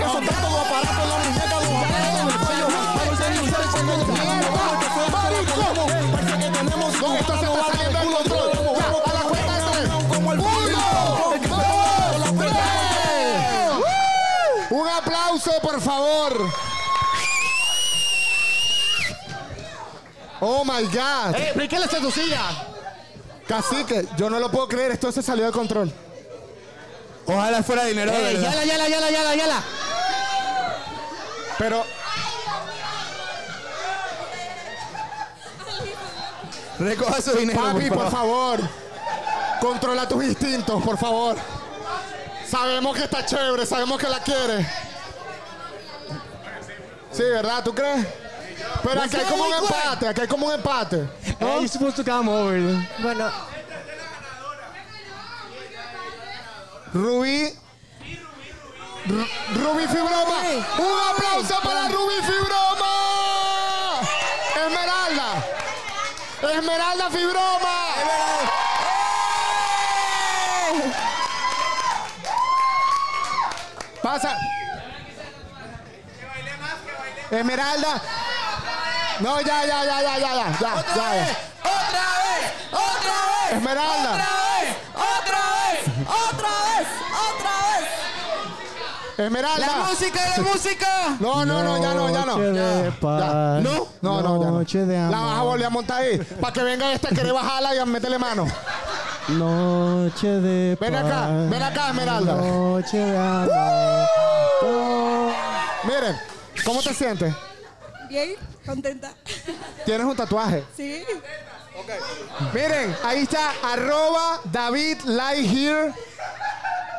[SPEAKER 2] Oh my God.
[SPEAKER 10] Ey, ¿por qué la seducía?
[SPEAKER 2] Cacique, yo no lo puedo creer. Esto se salió de control.
[SPEAKER 1] Ojalá fuera dinero de
[SPEAKER 10] Ey,
[SPEAKER 1] verdad.
[SPEAKER 10] yala, yala, yala, yala, yala.
[SPEAKER 2] Pero.
[SPEAKER 1] Recoja su dinero.
[SPEAKER 2] eh, Papi,
[SPEAKER 1] por
[SPEAKER 2] por favor. Controla tus instintos, por favor. Sabemos que está chévere, sabemos que la quieres. Sí, ¿verdad? ¿Tú crees? Pero aquí hay como un empate, aquí hay como un empate.
[SPEAKER 7] Hey, you're supposed to come over.
[SPEAKER 3] Bueno,
[SPEAKER 2] Rubí. Ru- Rubí Fibroma. Un aplauso para Rubí Fibroma. Esmeralda. Esmeralda Fibroma. Pasa. Esmeralda. No, ya, ya, ya, ya, ya, ya, ya, ya, ya.
[SPEAKER 5] ¡Otra vez! ¡Otra vez!
[SPEAKER 2] Esmeralda.
[SPEAKER 5] ¡Otra vez! ¡Otra vez! ¡Otra vez! ¡Otra vez!
[SPEAKER 2] Esmeralda.
[SPEAKER 5] ¡La música, la música!
[SPEAKER 2] No, no, no, ya no, ya no.
[SPEAKER 7] Noche
[SPEAKER 2] Ya, ya.
[SPEAKER 7] de paz,
[SPEAKER 2] No, no, no, ya no.
[SPEAKER 7] noche de
[SPEAKER 2] La vas a
[SPEAKER 7] amor.
[SPEAKER 2] volver a montar ahí. Para que venga esta, querer bajarla y a meterle mano.
[SPEAKER 7] Noche de
[SPEAKER 2] Ven acá,
[SPEAKER 7] paz,
[SPEAKER 2] ven acá, Esmeralda.
[SPEAKER 7] Noche de amor.
[SPEAKER 2] Miren, ¿cómo te sientes?
[SPEAKER 11] Bien, contenta.
[SPEAKER 2] Tienes un tatuaje.
[SPEAKER 11] Sí.
[SPEAKER 2] Miren, ahí está, arroba David Lightyear.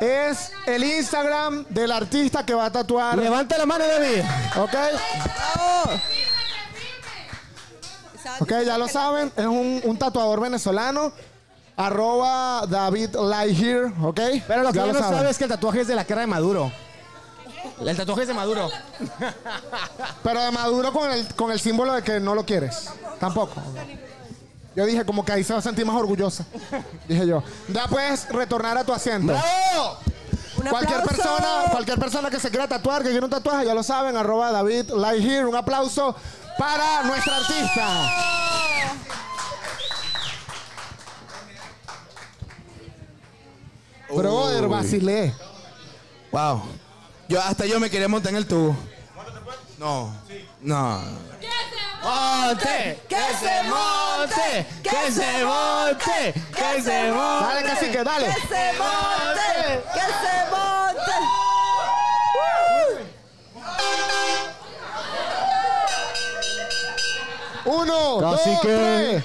[SPEAKER 2] Es el Instagram del artista que va a tatuar.
[SPEAKER 7] Levanta la mano, David.
[SPEAKER 2] ¿Ok? Ok, ya lo saben, es un, un tatuador venezolano. Arroba David Lightyear, ¿ok?
[SPEAKER 7] Pero lo que
[SPEAKER 2] ya
[SPEAKER 7] yo no
[SPEAKER 2] saben.
[SPEAKER 7] sabe es que el tatuaje es de la cara de Maduro. El tatuaje es de Maduro.
[SPEAKER 2] Pero de Maduro con el, con el símbolo de que no lo quieres. Tampoco. Yo dije, como que ahí se va a sentir más orgullosa. Dije yo. Ya puedes retornar a tu asiento.
[SPEAKER 3] un
[SPEAKER 2] Cualquier
[SPEAKER 3] aplauso.
[SPEAKER 2] persona, cualquier persona que se quiera tatuar, que quiera un tatuaje, ya lo saben, arroba David Lightyear. Un aplauso para nuestra artista. Brother, vacilé.
[SPEAKER 1] Wow. Yo hasta yo me quería montar en el tubo. No. No.
[SPEAKER 10] Monte, que se monte, que se monte, que se monte.
[SPEAKER 2] Dale, cacique, dale.
[SPEAKER 10] Que se monte, que se monte.
[SPEAKER 2] Uno, dos,
[SPEAKER 7] Cacique.
[SPEAKER 2] tres.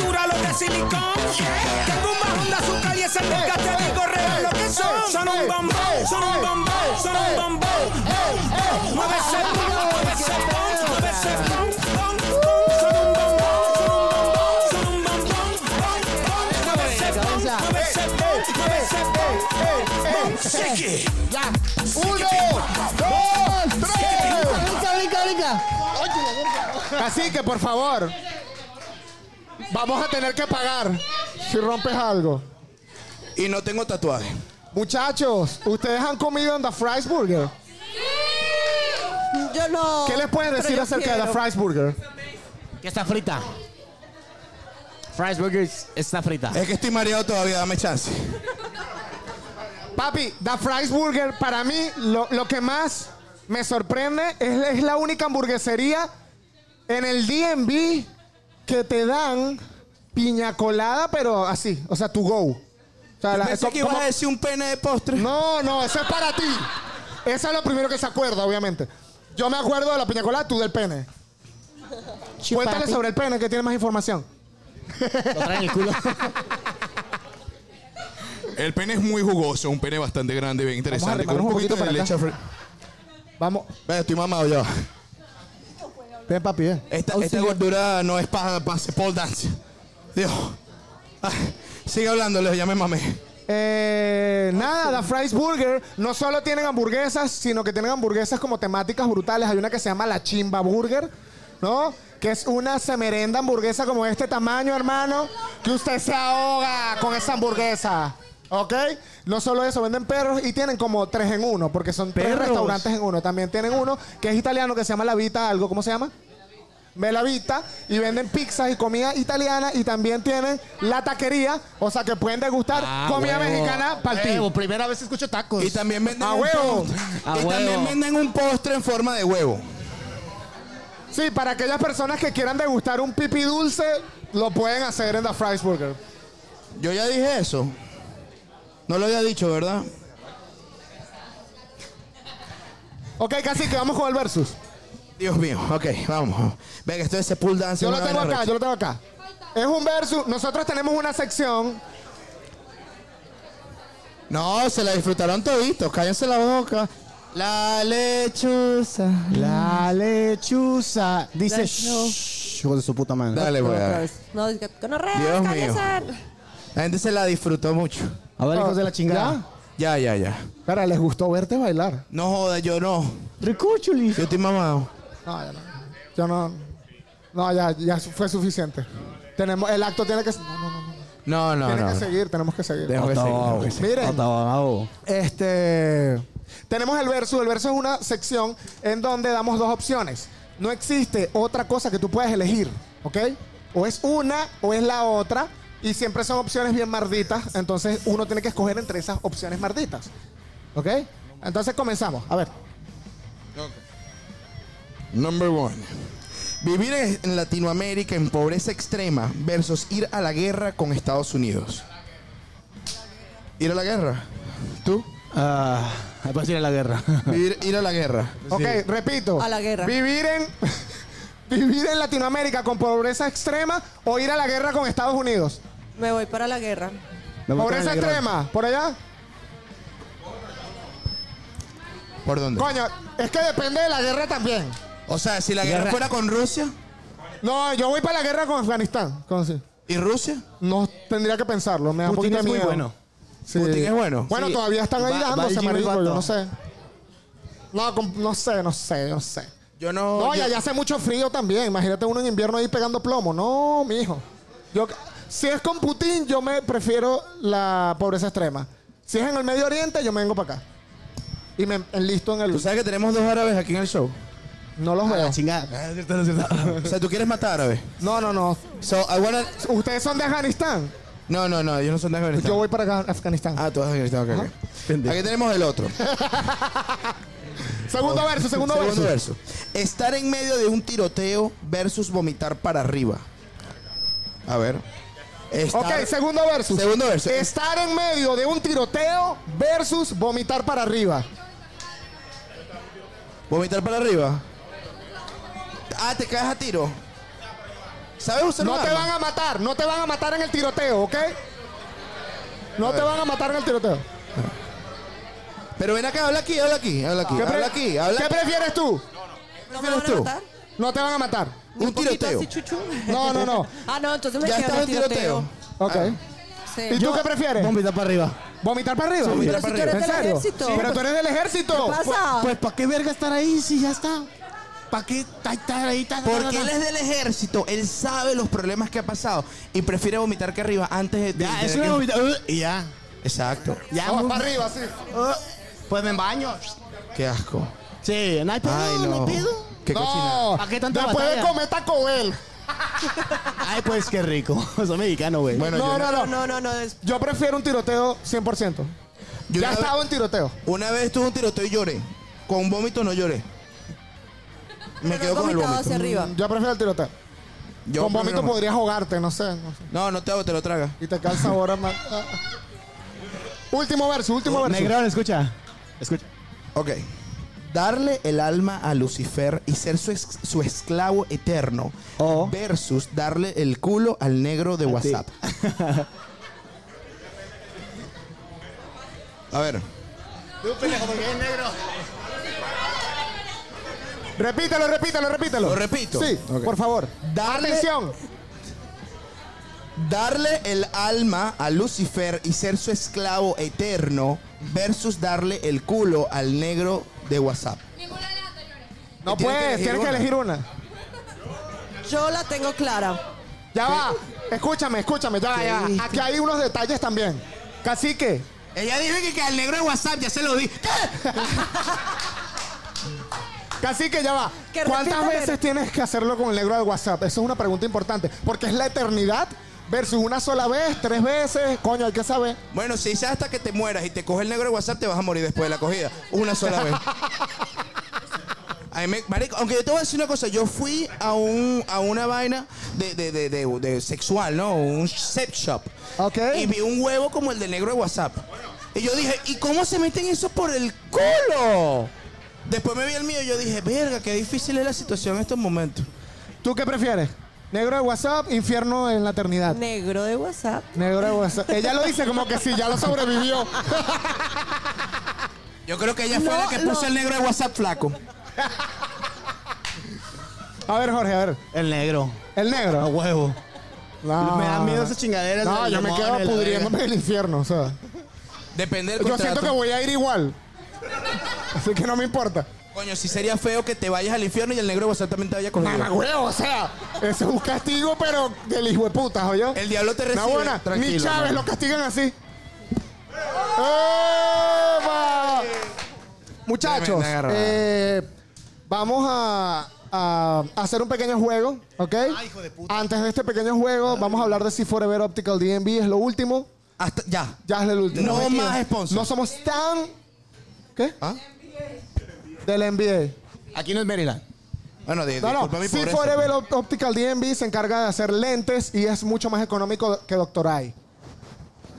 [SPEAKER 12] Dura lo de silicón. Tengo un bajón de azúcar y ese nunca te digo real lo que son. Son un bombón, son un bombón, son un bombón. Mueve ese bombón, mueve ese bombón, mueve ese bombón, bombón. Son un bombón, son un bombón, son un bombón, bombón. Mueve ese bombón, mueve ese bombón, mueve ese bombón, bombón. Shake it.
[SPEAKER 2] Uno, dos, tres.
[SPEAKER 10] Brinca, brinca, brinca.
[SPEAKER 2] Cacique, por favor. Vamos a tener que pagar si rompes algo.
[SPEAKER 1] Y no tengo tatuaje.
[SPEAKER 2] Muchachos, ¿ustedes han comido en The Fries Burger?
[SPEAKER 3] Yo no.
[SPEAKER 2] ¿Qué les pueden
[SPEAKER 3] Oh, pero
[SPEAKER 2] decir
[SPEAKER 3] yo
[SPEAKER 2] acerca de
[SPEAKER 3] quiero.
[SPEAKER 2] The Fries Burger?
[SPEAKER 10] Que está frita. Fries Burgers está frita.
[SPEAKER 7] Eh,
[SPEAKER 1] Es que estoy mareado todavía, dame chance.
[SPEAKER 2] Papi, The Fries Burger, para mí, lo, lo que más me sorprende es, es la única hamburguesería en el DMV que te dan piña colada, pero así, o sea, to go. O sea, la-
[SPEAKER 1] Pensé
[SPEAKER 2] como-
[SPEAKER 1] que ibas
[SPEAKER 2] como-
[SPEAKER 1] a decir un pene de postre.
[SPEAKER 2] No, no, eso es para ti. Eso es lo primero que se acuerda, obviamente. Yo me acuerdo de la piña colada, tú del pene. Cuéntale sobre el pene, que tiene más información.
[SPEAKER 10] Lo trae en el culo.
[SPEAKER 1] El pene es muy jugoso, un pene bastante grande, bien interesante.
[SPEAKER 2] Vamos a
[SPEAKER 1] Con un
[SPEAKER 2] arrimar
[SPEAKER 1] poquito
[SPEAKER 2] un
[SPEAKER 1] de leche
[SPEAKER 2] poquito
[SPEAKER 1] afre-
[SPEAKER 2] Vamos.
[SPEAKER 1] Vaya, estoy mamado ya.
[SPEAKER 2] Ven, papi, ven.
[SPEAKER 1] Esta, esta gordura no es para hacer pole dance. Dios. Ah, sigue hablándole, ya me mamé.
[SPEAKER 2] Eh, nada, The Fries Burger no solo tienen hamburguesas, sino que tienen hamburguesas como temáticas brutales. Hay una que se llama la Chimba Burger, ¿no? Que es una semerenda hamburguesa como de este tamaño, hermano, que usted se ahoga con esa hamburguesa. ¿Ok? No solo eso, venden perros y tienen como tres en uno, porque son tres
[SPEAKER 7] Perros.
[SPEAKER 2] restaurantes en uno. También tienen uno que es italiano que se llama La Vita algo, ¿cómo se llama? Bella Vista y venden pizzas y comida italiana y también tienen la taquería, o sea que pueden degustar
[SPEAKER 7] Ah,
[SPEAKER 13] Ah,
[SPEAKER 2] comida mexicana para
[SPEAKER 7] Eh,
[SPEAKER 2] ti.
[SPEAKER 10] Huevo, Primera vez que escucho tacos.
[SPEAKER 1] Y también venden
[SPEAKER 2] A
[SPEAKER 1] un
[SPEAKER 2] huevo.
[SPEAKER 1] postre-
[SPEAKER 10] A
[SPEAKER 1] y también
[SPEAKER 10] huevo.
[SPEAKER 1] venden un postre en forma de huevo.
[SPEAKER 2] Sí, para aquellas personas que quieran degustar un pipi dulce, lo pueden hacer en The Fries Burger.
[SPEAKER 1] Yo ya dije eso. No lo había dicho, ¿verdad?
[SPEAKER 2] Ok, casi que vamos con el versus.
[SPEAKER 1] Dios mío, ok, vamos. Venga, esto es ese pull dance.
[SPEAKER 2] Yo
[SPEAKER 1] una
[SPEAKER 2] lo tengo
[SPEAKER 1] vaina
[SPEAKER 2] acá,
[SPEAKER 1] recha.
[SPEAKER 2] yo lo tengo acá. Es un versus. Nosotros tenemos una sección.
[SPEAKER 1] No, se la disfrutaron toditos, cállense la boca. La lechuza.
[SPEAKER 7] La lechuza. Dice.
[SPEAKER 3] La-
[SPEAKER 7] "Shh", Hijo de su puta madre.
[SPEAKER 1] Dale,
[SPEAKER 2] pues,
[SPEAKER 1] güey. a ver.
[SPEAKER 3] No, es que gonorrea,
[SPEAKER 1] Dios mío.
[SPEAKER 3] cállese.
[SPEAKER 1] La gente se la disfrutó mucho.
[SPEAKER 7] A ver, hijos de la chingada.
[SPEAKER 1] Ya, ya, ya.
[SPEAKER 2] Cara, Ah, les gustó verte bailar.
[SPEAKER 1] No joda, yo no.
[SPEAKER 7] Ricuchuli.
[SPEAKER 1] Yo estoy mamado.
[SPEAKER 2] No, ya no. Yo no. No, ya, ya fue suficiente. Tenemos, el acto tiene que. No, no, no.
[SPEAKER 1] No, no,
[SPEAKER 2] Tiene
[SPEAKER 1] no.
[SPEAKER 2] que seguir, tenemos que seguir.
[SPEAKER 7] Pues
[SPEAKER 1] Tenemos que seguir, tenemos que seguir.
[SPEAKER 2] Miren.
[SPEAKER 7] Otavao.
[SPEAKER 2] Este. Tenemos el verso. El verso es una sección en donde damos dos opciones. No existe otra cosa que tú puedas elegir, ¿ok? O es una o es la otra. Y siempre son opciones bien marditas. Entonces uno tiene que escoger entre esas opciones marditas. ¿Ok? Entonces comenzamos. A ver.
[SPEAKER 1] Number one. Vivir en- en Latinoamérica en pobreza extrema versus ir a la guerra con Estados Unidos. Ir a la guerra. ¿Tú?
[SPEAKER 7] Ah, vas a ir a la guerra.
[SPEAKER 1] Vivir- ir a la guerra.
[SPEAKER 2] Ok, repito.
[SPEAKER 3] A la guerra.
[SPEAKER 2] Vivir en. vivir en Latinoamérica con pobreza extrema o ir a la guerra con Estados Unidos.
[SPEAKER 3] Me voy para la guerra.
[SPEAKER 7] Me voy
[SPEAKER 2] Pobreza
[SPEAKER 7] con la guerra.
[SPEAKER 2] extrema, por allá.
[SPEAKER 1] ¿Por dónde?
[SPEAKER 2] Coño, es que depende de la guerra también.
[SPEAKER 1] O sea, si la guerra,
[SPEAKER 7] Guerra.
[SPEAKER 1] fuera con Rusia
[SPEAKER 2] No, yo voy para la guerra con Afganistán. ¿Cómo así?
[SPEAKER 1] y Rusia,
[SPEAKER 2] No tendría que pensarlo, me da un
[SPEAKER 7] Putin
[SPEAKER 2] poquito
[SPEAKER 7] es
[SPEAKER 2] de
[SPEAKER 7] muy
[SPEAKER 2] miedo.
[SPEAKER 7] bueno.
[SPEAKER 2] Sí.
[SPEAKER 1] Putin es bueno.
[SPEAKER 2] Bueno,
[SPEAKER 7] Sí.
[SPEAKER 2] todavía están ahí
[SPEAKER 7] Va- va
[SPEAKER 2] dándose,
[SPEAKER 7] al gym el
[SPEAKER 2] marico, yo
[SPEAKER 7] vato.
[SPEAKER 2] no sé. No, com- no sé, no sé, no sé.
[SPEAKER 1] Yo no.
[SPEAKER 2] No, y
[SPEAKER 1] yo-
[SPEAKER 2] allá hace mucho frío también. Imagínate uno en invierno ahí pegando plomo. No, mijo. Yo, si es con Putin, yo me prefiero la pobreza extrema. Si es en el Medio Oriente, yo me vengo para acá. Y me enlisto en
[SPEAKER 1] Tú
[SPEAKER 2] el...
[SPEAKER 1] sabes que tenemos dos árabes aquí en el show.
[SPEAKER 2] No
[SPEAKER 7] Ah,
[SPEAKER 2] los veo.
[SPEAKER 7] Chingada.
[SPEAKER 1] o sea, tú quieres matar árabes.
[SPEAKER 2] No, no, no.
[SPEAKER 1] So, I wanna-
[SPEAKER 2] ¿Ustedes son de Afganistán?
[SPEAKER 1] No, no, no, ellos no son de Afganistán.
[SPEAKER 2] Yo voy para acá, Afganistán.
[SPEAKER 1] Ah, tú vas a Afganistán, ok, ok. Aquí tenemos el otro.
[SPEAKER 2] Segundo verso, segundo, verso.
[SPEAKER 1] verso. Estar en medio de un tiroteo versus vomitar para arriba. A ver. Estar-
[SPEAKER 2] Ok, segundo verso.
[SPEAKER 1] Segundo verso.
[SPEAKER 2] Estar en medio de un tiroteo versus vomitar para arriba.
[SPEAKER 1] Vomitar para arriba. Ah, te caes a tiro. ¿Sabes usar
[SPEAKER 2] No
[SPEAKER 1] un
[SPEAKER 2] te
[SPEAKER 1] arma?
[SPEAKER 2] van a matar, no te van a matar en el tiroteo, ¿ok? No te van a matar en el tiroteo.
[SPEAKER 1] Pero ven acá, habla aquí, habla aquí, habla aquí,
[SPEAKER 2] ¿Qué, pre-
[SPEAKER 1] habla aquí, habla
[SPEAKER 2] ¿Qué
[SPEAKER 1] aquí.
[SPEAKER 2] prefieres tú?
[SPEAKER 3] ¿No me
[SPEAKER 1] prefieres
[SPEAKER 3] van a
[SPEAKER 1] tú?
[SPEAKER 3] matar?
[SPEAKER 2] No te van a matar.
[SPEAKER 3] Ni
[SPEAKER 1] Un
[SPEAKER 3] poquito
[SPEAKER 1] tiroteo.
[SPEAKER 3] así, chuchu.
[SPEAKER 2] No, no, no.
[SPEAKER 3] Ah, no, entonces me
[SPEAKER 1] Ya
[SPEAKER 3] quedo en
[SPEAKER 1] estás
[SPEAKER 3] el
[SPEAKER 1] en tiroteo.
[SPEAKER 3] tiroteo.
[SPEAKER 2] Ok.
[SPEAKER 3] Sí.
[SPEAKER 2] ¿Y tú qué prefieres?
[SPEAKER 7] Bombita para arriba.
[SPEAKER 2] ¿Vomitar para arriba?
[SPEAKER 3] pero si tú eres del
[SPEAKER 2] ¿En serio?
[SPEAKER 3] ejército.
[SPEAKER 2] Sí, Pero tú eres del ejército.
[SPEAKER 3] ¿Qué pasa?
[SPEAKER 7] Pues, ¿para qué verga estar ahí si ya está? ¿Para qué ta- estar ahí? ta- ta- ta-
[SPEAKER 1] Porque
[SPEAKER 7] ta-
[SPEAKER 1] él es del ejército, él sabe los problemas que ha pasado y prefiere vomitar que arriba antes de. de-
[SPEAKER 7] Ya,
[SPEAKER 1] de-
[SPEAKER 7] es una bombita. uh, y ya.
[SPEAKER 1] Exacto.
[SPEAKER 7] Ya.
[SPEAKER 2] Vamos
[SPEAKER 7] uh,
[SPEAKER 2] para arriba, sí.
[SPEAKER 7] uh, pues me baño.
[SPEAKER 1] Qué asco.
[SPEAKER 7] Sí, no hay pedo,
[SPEAKER 1] Ay,
[SPEAKER 7] no.
[SPEAKER 1] no.
[SPEAKER 7] hay pedo.
[SPEAKER 1] Qué cochina.
[SPEAKER 2] No,
[SPEAKER 7] ¿Para qué tanta
[SPEAKER 2] después de
[SPEAKER 7] batalla?
[SPEAKER 2] comer Taco Bell.
[SPEAKER 7] Ay, pues qué rico. Soy mexicano, güey.
[SPEAKER 1] Bueno, yo,
[SPEAKER 2] No, no, no.
[SPEAKER 3] No, no, no. es-
[SPEAKER 2] Yo prefiero un tiroteo 100%.
[SPEAKER 1] yo
[SPEAKER 2] ya
[SPEAKER 1] una,
[SPEAKER 2] estaba en tiroteo.
[SPEAKER 1] una vez tuve un tiroteo y lloré. Con un vómito no lloré. Me
[SPEAKER 3] Pero
[SPEAKER 1] quedo
[SPEAKER 3] no
[SPEAKER 1] con el
[SPEAKER 3] vomitado
[SPEAKER 1] vómito.
[SPEAKER 3] hacia arriba.
[SPEAKER 2] Yo prefiero el tiroteo.
[SPEAKER 1] Yo
[SPEAKER 2] Con vómito
[SPEAKER 1] prefiero-
[SPEAKER 2] podrías ahogarte, no sé, no sé.
[SPEAKER 1] No, no te hago, te lo traga.
[SPEAKER 2] Y te cae el sabor a más. Ah. último verso, último verso.
[SPEAKER 7] Negrón, escucha. Escucha.
[SPEAKER 1] Ok. Darle el alma a Lucifer y ser su, es- su esclavo eterno
[SPEAKER 7] O-
[SPEAKER 1] versus darle el culo al negro de WhatsApp. a ver.
[SPEAKER 2] Repítelo, repítelo, repítelo.
[SPEAKER 1] Lo repito.
[SPEAKER 2] Sí,
[SPEAKER 1] Ok.
[SPEAKER 2] por favor.
[SPEAKER 1] Dale-
[SPEAKER 2] Atención.
[SPEAKER 1] Darle el alma a Lucifer y ser su esclavo eterno versus darle el culo al negro de WhatsApp. Tienes
[SPEAKER 2] No
[SPEAKER 1] que
[SPEAKER 2] puedes,
[SPEAKER 1] elegir
[SPEAKER 2] tienes que
[SPEAKER 1] una.
[SPEAKER 2] elegir una.
[SPEAKER 3] Yo la tengo clara.
[SPEAKER 2] Ya va. Escúchame, escúchame. Ya, va, ya. va. Aquí hay unos detalles también. Cacique.
[SPEAKER 1] Ella dijo que, al negro de WhatsApp ya se lo di.
[SPEAKER 2] Cacique, ya va.
[SPEAKER 3] Que
[SPEAKER 2] ¿Cuántas
[SPEAKER 3] repítame.
[SPEAKER 2] veces tienes que hacerlo con el negro de WhatsApp? Eso es una pregunta importante. Porque es la eternidad versus una sola vez, tres veces. Coño, hay que saber.
[SPEAKER 1] Bueno, si dices hasta que te mueras y te coge el negro de WhatsApp, te vas a morir después de la cogida. Una sola vez. A mí me- marico, aunque yo te voy a decir una cosa, yo fui a, un, a una vaina de, de- de- de- de sexual, ¿no? Un sex shop. Y vi un huevo como el del negro de WhatsApp. Y yo dije, ¿y cómo se meten eso por el culo? Después me vi el mío y yo dije, verga, qué difícil es la situación en estos momentos.
[SPEAKER 2] ¿Tú qué prefieres? Negro de WhatsApp, infierno en la eternidad.
[SPEAKER 3] Negro de WhatsApp.
[SPEAKER 2] Negro de WhatsApp. Ella lo dice como que sí, ya lo sobrevivió.
[SPEAKER 1] Yo creo que ella fue la que puso el negro de WhatsApp flaco.
[SPEAKER 2] A ver, Jorge, a ver.
[SPEAKER 7] El negro.
[SPEAKER 2] El negro.
[SPEAKER 7] A huevo. Me dan miedo esas chingaderas
[SPEAKER 2] Ah. No,
[SPEAKER 7] del
[SPEAKER 2] yo me
[SPEAKER 7] demonio,
[SPEAKER 2] quedo
[SPEAKER 7] la
[SPEAKER 2] pudriéndome en
[SPEAKER 7] verga.
[SPEAKER 2] el infierno, o sea.
[SPEAKER 1] Depende del
[SPEAKER 2] Yo siento
[SPEAKER 1] contrato.
[SPEAKER 2] que voy a ir igual. Así que no me importa.
[SPEAKER 1] Coño, sí sería feo que te vayas al infierno y el negro de WhatsApp también te vaya conmigo.
[SPEAKER 2] Mamá huevo, o sea, eso es un castigo, pero del hijo de putas, ¿oye?
[SPEAKER 1] El diablo te recibe.
[SPEAKER 2] No, buena, ni
[SPEAKER 1] Tranquilo,
[SPEAKER 2] Chávez
[SPEAKER 1] mano.
[SPEAKER 2] lo castigan así. ¡Epa! Muchachos,
[SPEAKER 1] Tremenda agarrada.
[SPEAKER 2] eh, vamos a, a hacer un pequeño juego, ¿ok? Antes de este pequeño juego, vamos a hablar de si Forever Optical DNB es lo último.
[SPEAKER 1] Hasta, ya.
[SPEAKER 2] Ya es el último.
[SPEAKER 1] No más sponsors.
[SPEAKER 2] No somos tan... ¿Qué? Del NBA.
[SPEAKER 7] Aquí no es Maryland.
[SPEAKER 1] Bueno, di-
[SPEAKER 2] No,
[SPEAKER 1] disculpa
[SPEAKER 2] no,
[SPEAKER 1] mi
[SPEAKER 2] si
[SPEAKER 1] pobreza.
[SPEAKER 2] Forever Op- Optical DNB se encarga de hacer lentes y es mucho más económico que Doctor Eye.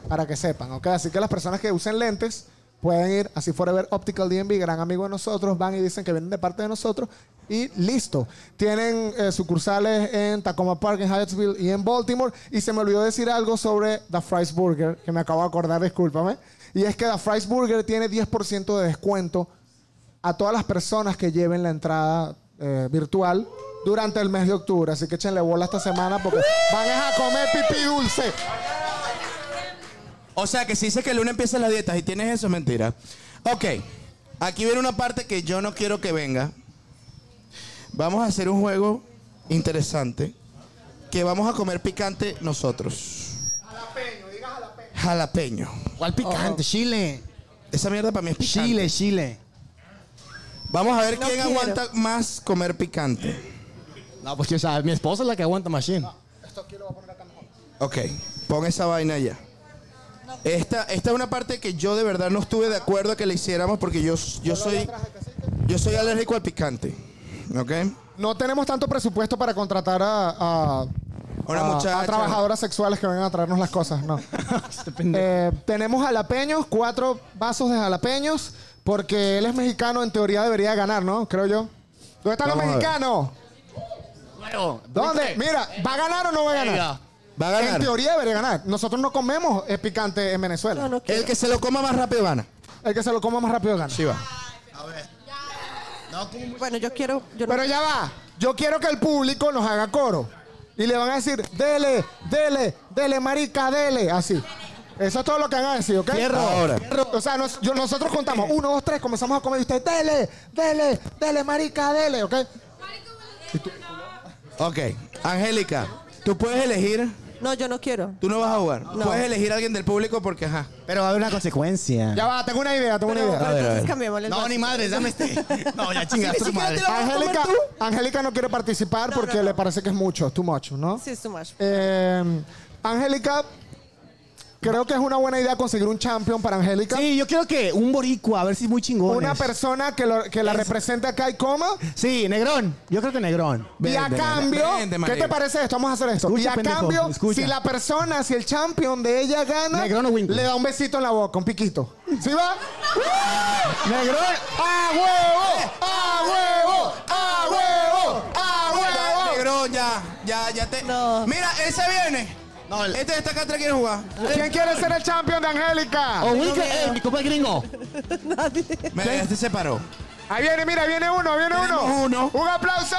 [SPEAKER 2] Para que sepan, ¿ok? Así que las personas que usen lentes pueden ir a Si Forever Optical DNB, gran amigo de nosotros, van y dicen que vienen de parte de nosotros y listo. Tienen eh, sucursales en Tacoma Park, en Hyattsville y en Baltimore. Y se me olvidó decir algo sobre The Fries Burger, que me acabo de acordar, discúlpame. Y es que The Fries Burger tiene 10% de descuento a todas las personas que lleven la entrada eh, virtual durante el mes de octubre. Así que échenle bola esta semana porque van es a comer pipí dulce.
[SPEAKER 1] O sea, que si dices que el lunes empiezan las dietas y tienes eso, es mentira. Ok, aquí viene una parte que yo no quiero que venga. Vamos a hacer un juego interesante que vamos a comer picante nosotros. Jalapeño, diga jalapeño. Jalapeño.
[SPEAKER 7] ¿Cuál picante? Chile.
[SPEAKER 1] Esa mierda para mí es picante.
[SPEAKER 7] Chile, Chile.
[SPEAKER 1] Vamos a ver
[SPEAKER 7] No
[SPEAKER 1] quién
[SPEAKER 7] quiero.
[SPEAKER 1] aguanta más comer picante.
[SPEAKER 7] No, pues quién sabe. Mi esposa es la que aguanta machine.
[SPEAKER 1] Ok, pon esa vaina ya. Esta, esta es una parte que yo de verdad no estuve de acuerdo que le hiciéramos porque yo, yo soy yo soy alérgico al picante. ¿Ok?
[SPEAKER 2] No tenemos tanto presupuesto para contratar a, a-
[SPEAKER 1] Una
[SPEAKER 2] a- a
[SPEAKER 1] muchacha.
[SPEAKER 2] trabajadoras sexuales que vengan a traernos las cosas. No. Eh, tenemos jalapeños, cuatro vasos de jalapeños, porque él es mexicano, en teoría debería ganar, ¿no? Creo yo. ¿Dónde están
[SPEAKER 1] Vamos a
[SPEAKER 2] los
[SPEAKER 1] ver.
[SPEAKER 2] mexicanos? ¿Dónde? Mira, ¿va a ganar o no va a ganar?
[SPEAKER 1] Venga. Va a ganar.
[SPEAKER 2] En teoría debería ganar. Nosotros no comemos eh, picante en Venezuela.
[SPEAKER 1] El que se lo coma más rápido gana.
[SPEAKER 2] El que se lo coma más rápido gana.
[SPEAKER 1] Sí va.
[SPEAKER 3] Bueno, yo quiero. yo no-
[SPEAKER 2] Pero ya va. Yo quiero que el público nos haga coro. Y le van a decir, dele, dele, dele, marica, dele. Así. Eso es todo lo que van a decir, ¿ok?
[SPEAKER 1] Cierro. Ahora.
[SPEAKER 2] Cierro. O sea, nos- yo- nosotros contamos. Uno, dos, tres. Comenzamos a comer. Y usted, dele, dele, dele, marica, dele, ¿ok?
[SPEAKER 1] Ok, Angélica, tú puedes elegir,
[SPEAKER 3] No, yo no quiero.
[SPEAKER 1] tú no vas a jugar.
[SPEAKER 3] No.
[SPEAKER 1] Puedes elegir a alguien del público porque ajá.
[SPEAKER 7] Pero va a haber una consecuencia.
[SPEAKER 2] Ya va, tengo una idea, tengo una idea.
[SPEAKER 1] a ver, a ver.
[SPEAKER 3] Cambiémosle el
[SPEAKER 7] No,
[SPEAKER 3] vaso.
[SPEAKER 7] ni madres, dame este. No, ya chingas tu madre.
[SPEAKER 2] Angélica, Angélica no quiere participar porque le parece que es mucho, too much, ¿no?
[SPEAKER 3] Sí, es too much.
[SPEAKER 2] Eh, Angélica, creo que es una buena idea conseguir un champion para Angélica.
[SPEAKER 7] Sí, yo creo que un boricua, a ver si es muy chingón.
[SPEAKER 2] Una persona que, lo- que la represente acá y coma.
[SPEAKER 7] Sí, Negrón. Yo creo que Negrón.
[SPEAKER 2] Y a
[SPEAKER 1] Vente,
[SPEAKER 2] cambio,
[SPEAKER 1] vente,
[SPEAKER 2] ¿qué
[SPEAKER 1] marica.
[SPEAKER 2] te parece esto? Vamos a hacer esto.
[SPEAKER 7] Escucha,
[SPEAKER 2] y a
[SPEAKER 7] pendejo,
[SPEAKER 2] cambio,
[SPEAKER 7] escucha.
[SPEAKER 2] si la persona, si el champion de ella gana,
[SPEAKER 7] Negrón o Winkler.
[SPEAKER 2] le da un besito en la boca, un piquito. ¿Sí va?
[SPEAKER 7] Negrón.
[SPEAKER 2] ¡A huevo! ¡A huevo! ¡A huevo! ¡A
[SPEAKER 1] Ya,
[SPEAKER 2] huevo!
[SPEAKER 1] Negrón, ya, ya, ya te.
[SPEAKER 3] No.
[SPEAKER 1] Mira, él se viene.
[SPEAKER 7] No, el-
[SPEAKER 1] Este de esta catra quiere jugar.
[SPEAKER 2] ¿Quién quiere ser el champion de Angélica?
[SPEAKER 7] O Winkler. ¡Ey, mi compa es gringo!
[SPEAKER 3] Nadie.
[SPEAKER 1] Mira, este se paró.
[SPEAKER 2] Ahí viene, mira, viene uno, viene
[SPEAKER 1] Tenemos
[SPEAKER 2] uno.
[SPEAKER 1] uno.
[SPEAKER 2] ¡Un aplauso!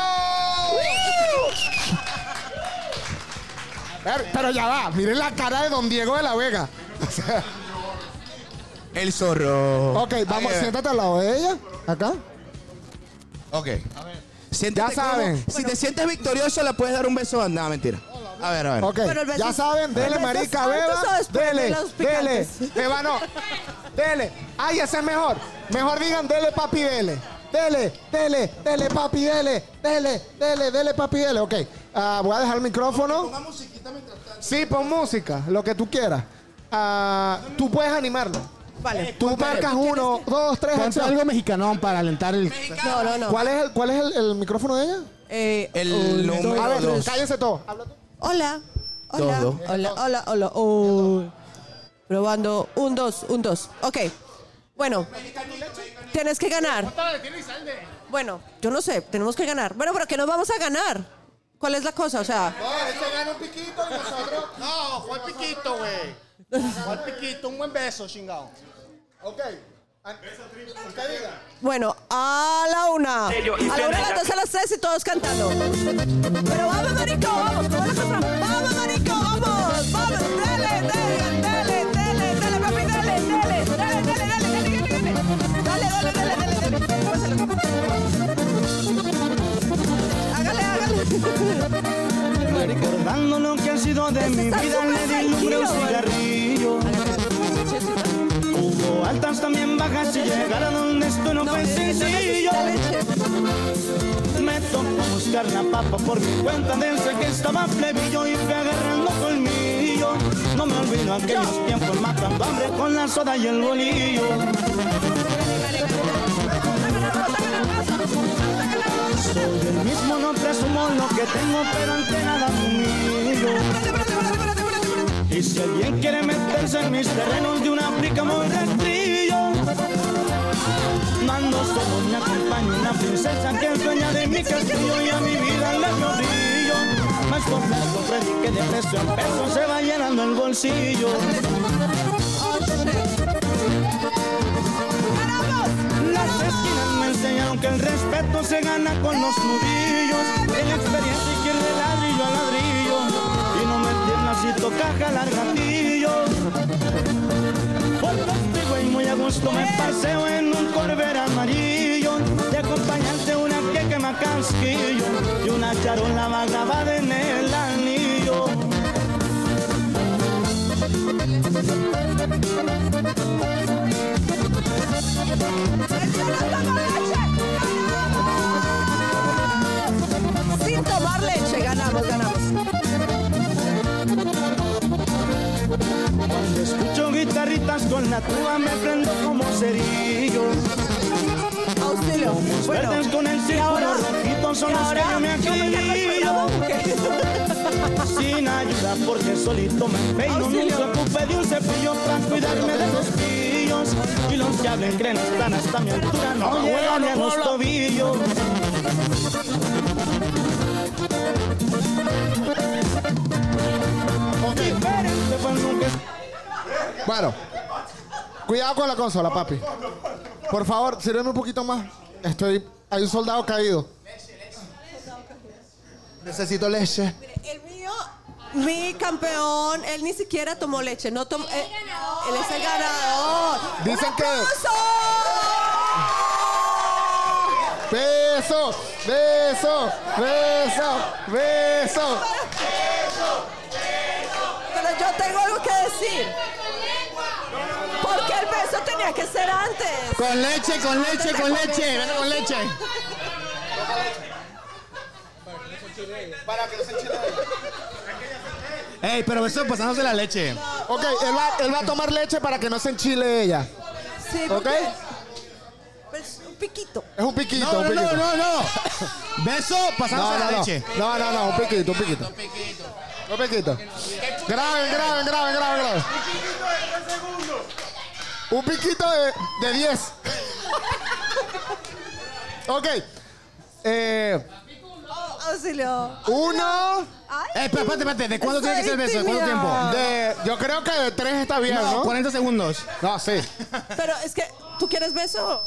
[SPEAKER 2] Pero, pero ya va, miren la cara de Don Diego de la Vega.
[SPEAKER 1] El zorro.
[SPEAKER 2] ok, vamos,
[SPEAKER 1] Ahí,
[SPEAKER 2] siéntate al lado de ella, acá.
[SPEAKER 1] Ok. Siéntate
[SPEAKER 2] Ya saben.
[SPEAKER 1] cómodo. Si te sientes victorioso, le puedes dar un beso a nada, mentira. A ver, a ver.
[SPEAKER 2] Ok,
[SPEAKER 3] Pero el beso-
[SPEAKER 2] ya saben, dele
[SPEAKER 3] el beso
[SPEAKER 2] marica,
[SPEAKER 3] antes
[SPEAKER 2] beba,
[SPEAKER 3] o después de
[SPEAKER 2] dele,
[SPEAKER 3] los
[SPEAKER 2] dele,
[SPEAKER 3] picantes.
[SPEAKER 2] beba no, dele, ay, ese es mejor, mejor digan, dele papi, dele, dele, dele, dele papi, dele, dele, dele, dele papi, dele, ok, Ah, voy a dejar el micrófono, sí, pon música, lo que tú quieras, Ah, tú puedes animarlo,
[SPEAKER 3] Vale.
[SPEAKER 2] Tú marcas uno, dos, tres,
[SPEAKER 7] Ponte
[SPEAKER 2] acción.
[SPEAKER 7] algo mexicanón para alentar el.
[SPEAKER 3] No, no, no.
[SPEAKER 2] ¿Cuál es el, cuál es el, el micrófono de ella?
[SPEAKER 3] Eh,
[SPEAKER 7] El
[SPEAKER 3] un,
[SPEAKER 7] número
[SPEAKER 2] A ver,
[SPEAKER 7] dos.
[SPEAKER 2] cállense todos.
[SPEAKER 3] Hola. Hola.
[SPEAKER 7] Dos, dos.
[SPEAKER 3] Hola, hola, hola. Uy. Probando. Un, dos, un, dos. Ok. Bueno. Tienes que ganar. Bueno, yo no sé. Tenemos que ganar. Bueno, pero ¿qué nos vamos a ganar? ¿Cuál es la cosa? O sea,
[SPEAKER 8] se gana un piquito y nosotros. No, fue el piquito, güey. Fue el piquito, un buen beso, chingado. Ok. Usted diga.
[SPEAKER 3] bueno, a la una. A
[SPEAKER 8] Sello y
[SPEAKER 3] la una, a las dos, a las tres y todos cantando. Pero vamos, marico, vamos. ¿cómo es la cosa? Vamos, marico, vamos. Vamos, dale, dale, dale, dale, dale, papi, dale, dale, dale, dale, dale, dale, dale, dale. Dale, dale, dale, dale, dale. Pásalo. Hágale, hágale.
[SPEAKER 13] Recordando lo que ha sido de mi
[SPEAKER 3] está
[SPEAKER 13] vida,
[SPEAKER 3] súper
[SPEAKER 13] le di un
[SPEAKER 3] tranquilo, güey.
[SPEAKER 13] cigarrillo. Hubo altas también bajas y llegar a donde estoy no, fue sencillo. Me tocó buscar la pues papa por mi cuenta desde que estaba plebillo y fui agarrando colmillo. No me olvido aquellos tiempos matando hambre con la soda y el bolillo. Soy el mismo, no presumo lo que tengo, pero ante nada humillo. Y si alguien quiere meterse en mis terrenos de una aplica muy rastrillo, mando solo me acompaña una princesa que es dueña de mi castillo y a mi vida le dio brillo. Más con flaco Freddy que de peso en peso se va llenando el bolsillo. Las esquinas me enseñaron que el respeto se gana con los nudillos. En experiencia y que de ladrillo a ladrillo. Y no me tiembla si toca jalar gatillo. Por los freeway muy a gusto me paseo en un corver amarillo. De acompañante una que quema casquillo. Y una charola va grabada en el anillo.
[SPEAKER 3] Sin tomar leche, ganamos, ganamos.
[SPEAKER 13] Cuando escucho guitarritas con la tuba me prendo como cerillo.
[SPEAKER 3] Auxilio.
[SPEAKER 13] Los verdes con el círculo rojito son
[SPEAKER 3] y
[SPEAKER 13] los que
[SPEAKER 3] ahora
[SPEAKER 13] yo me
[SPEAKER 3] yo me quedé
[SPEAKER 13] acribillo. Sin ayuda porque solito me peino. Nunca ocupé de un cepillo para cuidarme de los pillos. Y los que hablen creen están hasta mi altura. No,
[SPEAKER 10] No,
[SPEAKER 13] llegan ni a
[SPEAKER 10] no
[SPEAKER 13] los
[SPEAKER 10] puedo
[SPEAKER 13] tobillos. Diferente fue nunca
[SPEAKER 2] Bueno, cuidado con la consola, papi. Por favor, sírveme un poquito más. Estoy. Hay un soldado caído. Necesito leche.
[SPEAKER 3] El mío, mi campeón, él ni siquiera tomó leche. No tomó. eh, él es el ganador.
[SPEAKER 2] Dicen
[SPEAKER 3] ¡Un
[SPEAKER 2] que-
[SPEAKER 3] aplauso!
[SPEAKER 2] Beso, beso, beso, beso.
[SPEAKER 3] Pero yo tengo algo que decir. Porque el beso tenía que ser antes.
[SPEAKER 10] Con leche, con leche, con leche. Gana con leche.
[SPEAKER 8] Para que no se enchile.
[SPEAKER 7] Ey, pero eso pasándose la leche.
[SPEAKER 2] Ok, él va, él va a tomar leche para que no se enchile ella.
[SPEAKER 3] Sí,
[SPEAKER 2] ¿Ok?
[SPEAKER 3] porque- pues, un piquito.
[SPEAKER 2] Es un piquito,
[SPEAKER 7] No,
[SPEAKER 2] un
[SPEAKER 7] no,
[SPEAKER 2] piquito.
[SPEAKER 7] no, no, no. Beso pasándose
[SPEAKER 2] No, no,
[SPEAKER 7] la
[SPEAKER 2] no.
[SPEAKER 7] leche.
[SPEAKER 2] No, no, no, un piquito, un piquito. Un piquito. Graben, graben, graben, graben, graben. Un piquito de, de 10. ok. Eh,
[SPEAKER 3] Auxilio.
[SPEAKER 2] uno.
[SPEAKER 7] Eh, espera, espérate, espérate. ¿De cuándo tiene que ser el beso? ¿De cuánto tiempo?
[SPEAKER 2] De, yo creo que de 3 está bien,
[SPEAKER 7] No,
[SPEAKER 2] ¿no?
[SPEAKER 7] 40 segundos.
[SPEAKER 2] No, sí.
[SPEAKER 3] Pero es que, ¿tú quieres beso?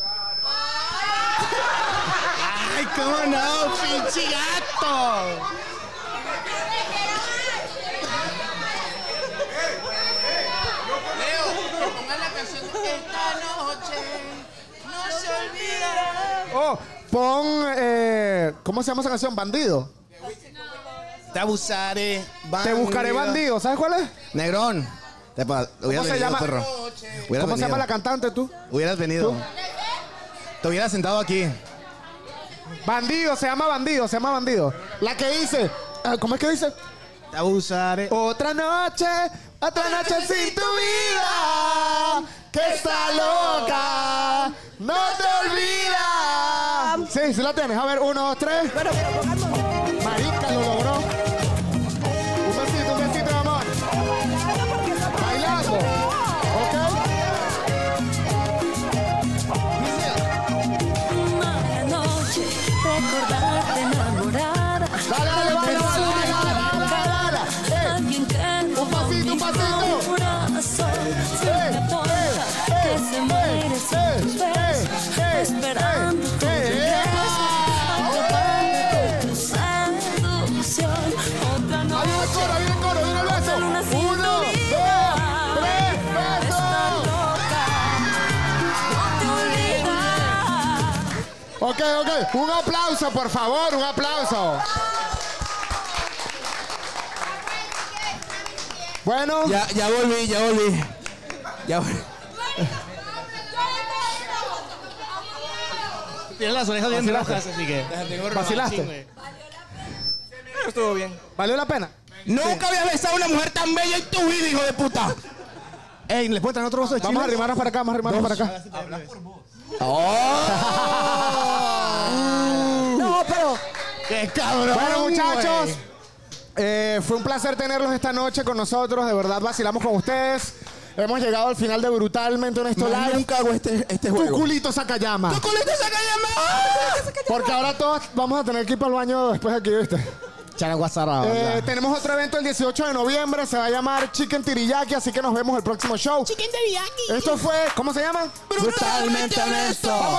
[SPEAKER 10] Ay, cómo no, pinche gato.
[SPEAKER 5] Leo, pongan la canción esta noche. No se olvidará.
[SPEAKER 2] Oh, pon. eh, ¿Cómo se llama esa canción? Bandido.
[SPEAKER 7] Te abusaré.
[SPEAKER 2] Te buscaré bandido. ¿Sabes cuál es?
[SPEAKER 7] Negrón. Te pa- hubieras
[SPEAKER 2] se
[SPEAKER 7] venido,
[SPEAKER 2] llama?
[SPEAKER 7] perro. Hubieras
[SPEAKER 2] ¿Cómo se
[SPEAKER 7] venido.
[SPEAKER 2] llama la cantante tú?
[SPEAKER 7] Hubieras venido. Te hubieras sentado aquí.
[SPEAKER 2] Bandido, se llama bandido, se llama bandido. La que dice, ah, ¿cómo es que dice?
[SPEAKER 7] Te abusaré.
[SPEAKER 2] Otra noche, otra noche sin tu vida. que está loca, no te olvida. Sí, sí la tienes. A ver, uno, dos, tres. Pero, Marica lo logró. Un besito, un besito, mi amor. Bailando.
[SPEAKER 14] Mala noche, recordarte enamorada.
[SPEAKER 2] Dale, dale, baila, baila, baila, baila, baila.
[SPEAKER 14] Alguien
[SPEAKER 2] Eh,
[SPEAKER 14] que un pasito, un pasito. Corazón, se me antoja
[SPEAKER 2] eh,
[SPEAKER 14] que se muere sin tus besos, esperando
[SPEAKER 2] eh,
[SPEAKER 14] tu regreso, atrapado por tu seducción. Otra noche, con una sintonía. Estás loca, no te olvidas.
[SPEAKER 2] Ok, ok. Un aplauso, por favor, un aplauso. Bueno.
[SPEAKER 1] Ya, ya volví, ya volví. Ya volví.
[SPEAKER 10] Tienes las orejas bien
[SPEAKER 2] Vacilaste.
[SPEAKER 10] rojas, así que.
[SPEAKER 2] Las tengo rojas, Vacilaste. sí, güey.
[SPEAKER 10] Estuvo bien.
[SPEAKER 2] ¿Valió la pena?
[SPEAKER 1] Nunca habías besado a una mujer tan bella en tu vida, hijo de puta.
[SPEAKER 7] Ey, ¿les puedo traer otro vaso de chile?
[SPEAKER 2] Vamos a arrimarnos para acá, vamos a arrimarnos para acá.
[SPEAKER 3] No, pero.
[SPEAKER 10] ¡Qué cabrón!
[SPEAKER 2] Bueno, muchachos.
[SPEAKER 10] güey.
[SPEAKER 2] eh, fue un placer tenerlos esta noche con nosotros. De verdad, vacilamos con ustedes. Hemos llegado al final de Brutalmente Honesto
[SPEAKER 1] Más
[SPEAKER 2] Live.
[SPEAKER 1] nunca hago este, este
[SPEAKER 2] Tu
[SPEAKER 1] juego.
[SPEAKER 2] culito saca llama. Porque ahora todos vamos a tener que ir para el baño después de aquí, ¿viste? Eh, tenemos otro evento el 18 de noviembre. Se va a llamar Chicken Tiriyaki, así que nos vemos el próximo show. Chicken Tiriyaki. Esto fue, ¿cómo se llama?
[SPEAKER 1] Brutalmente honesto.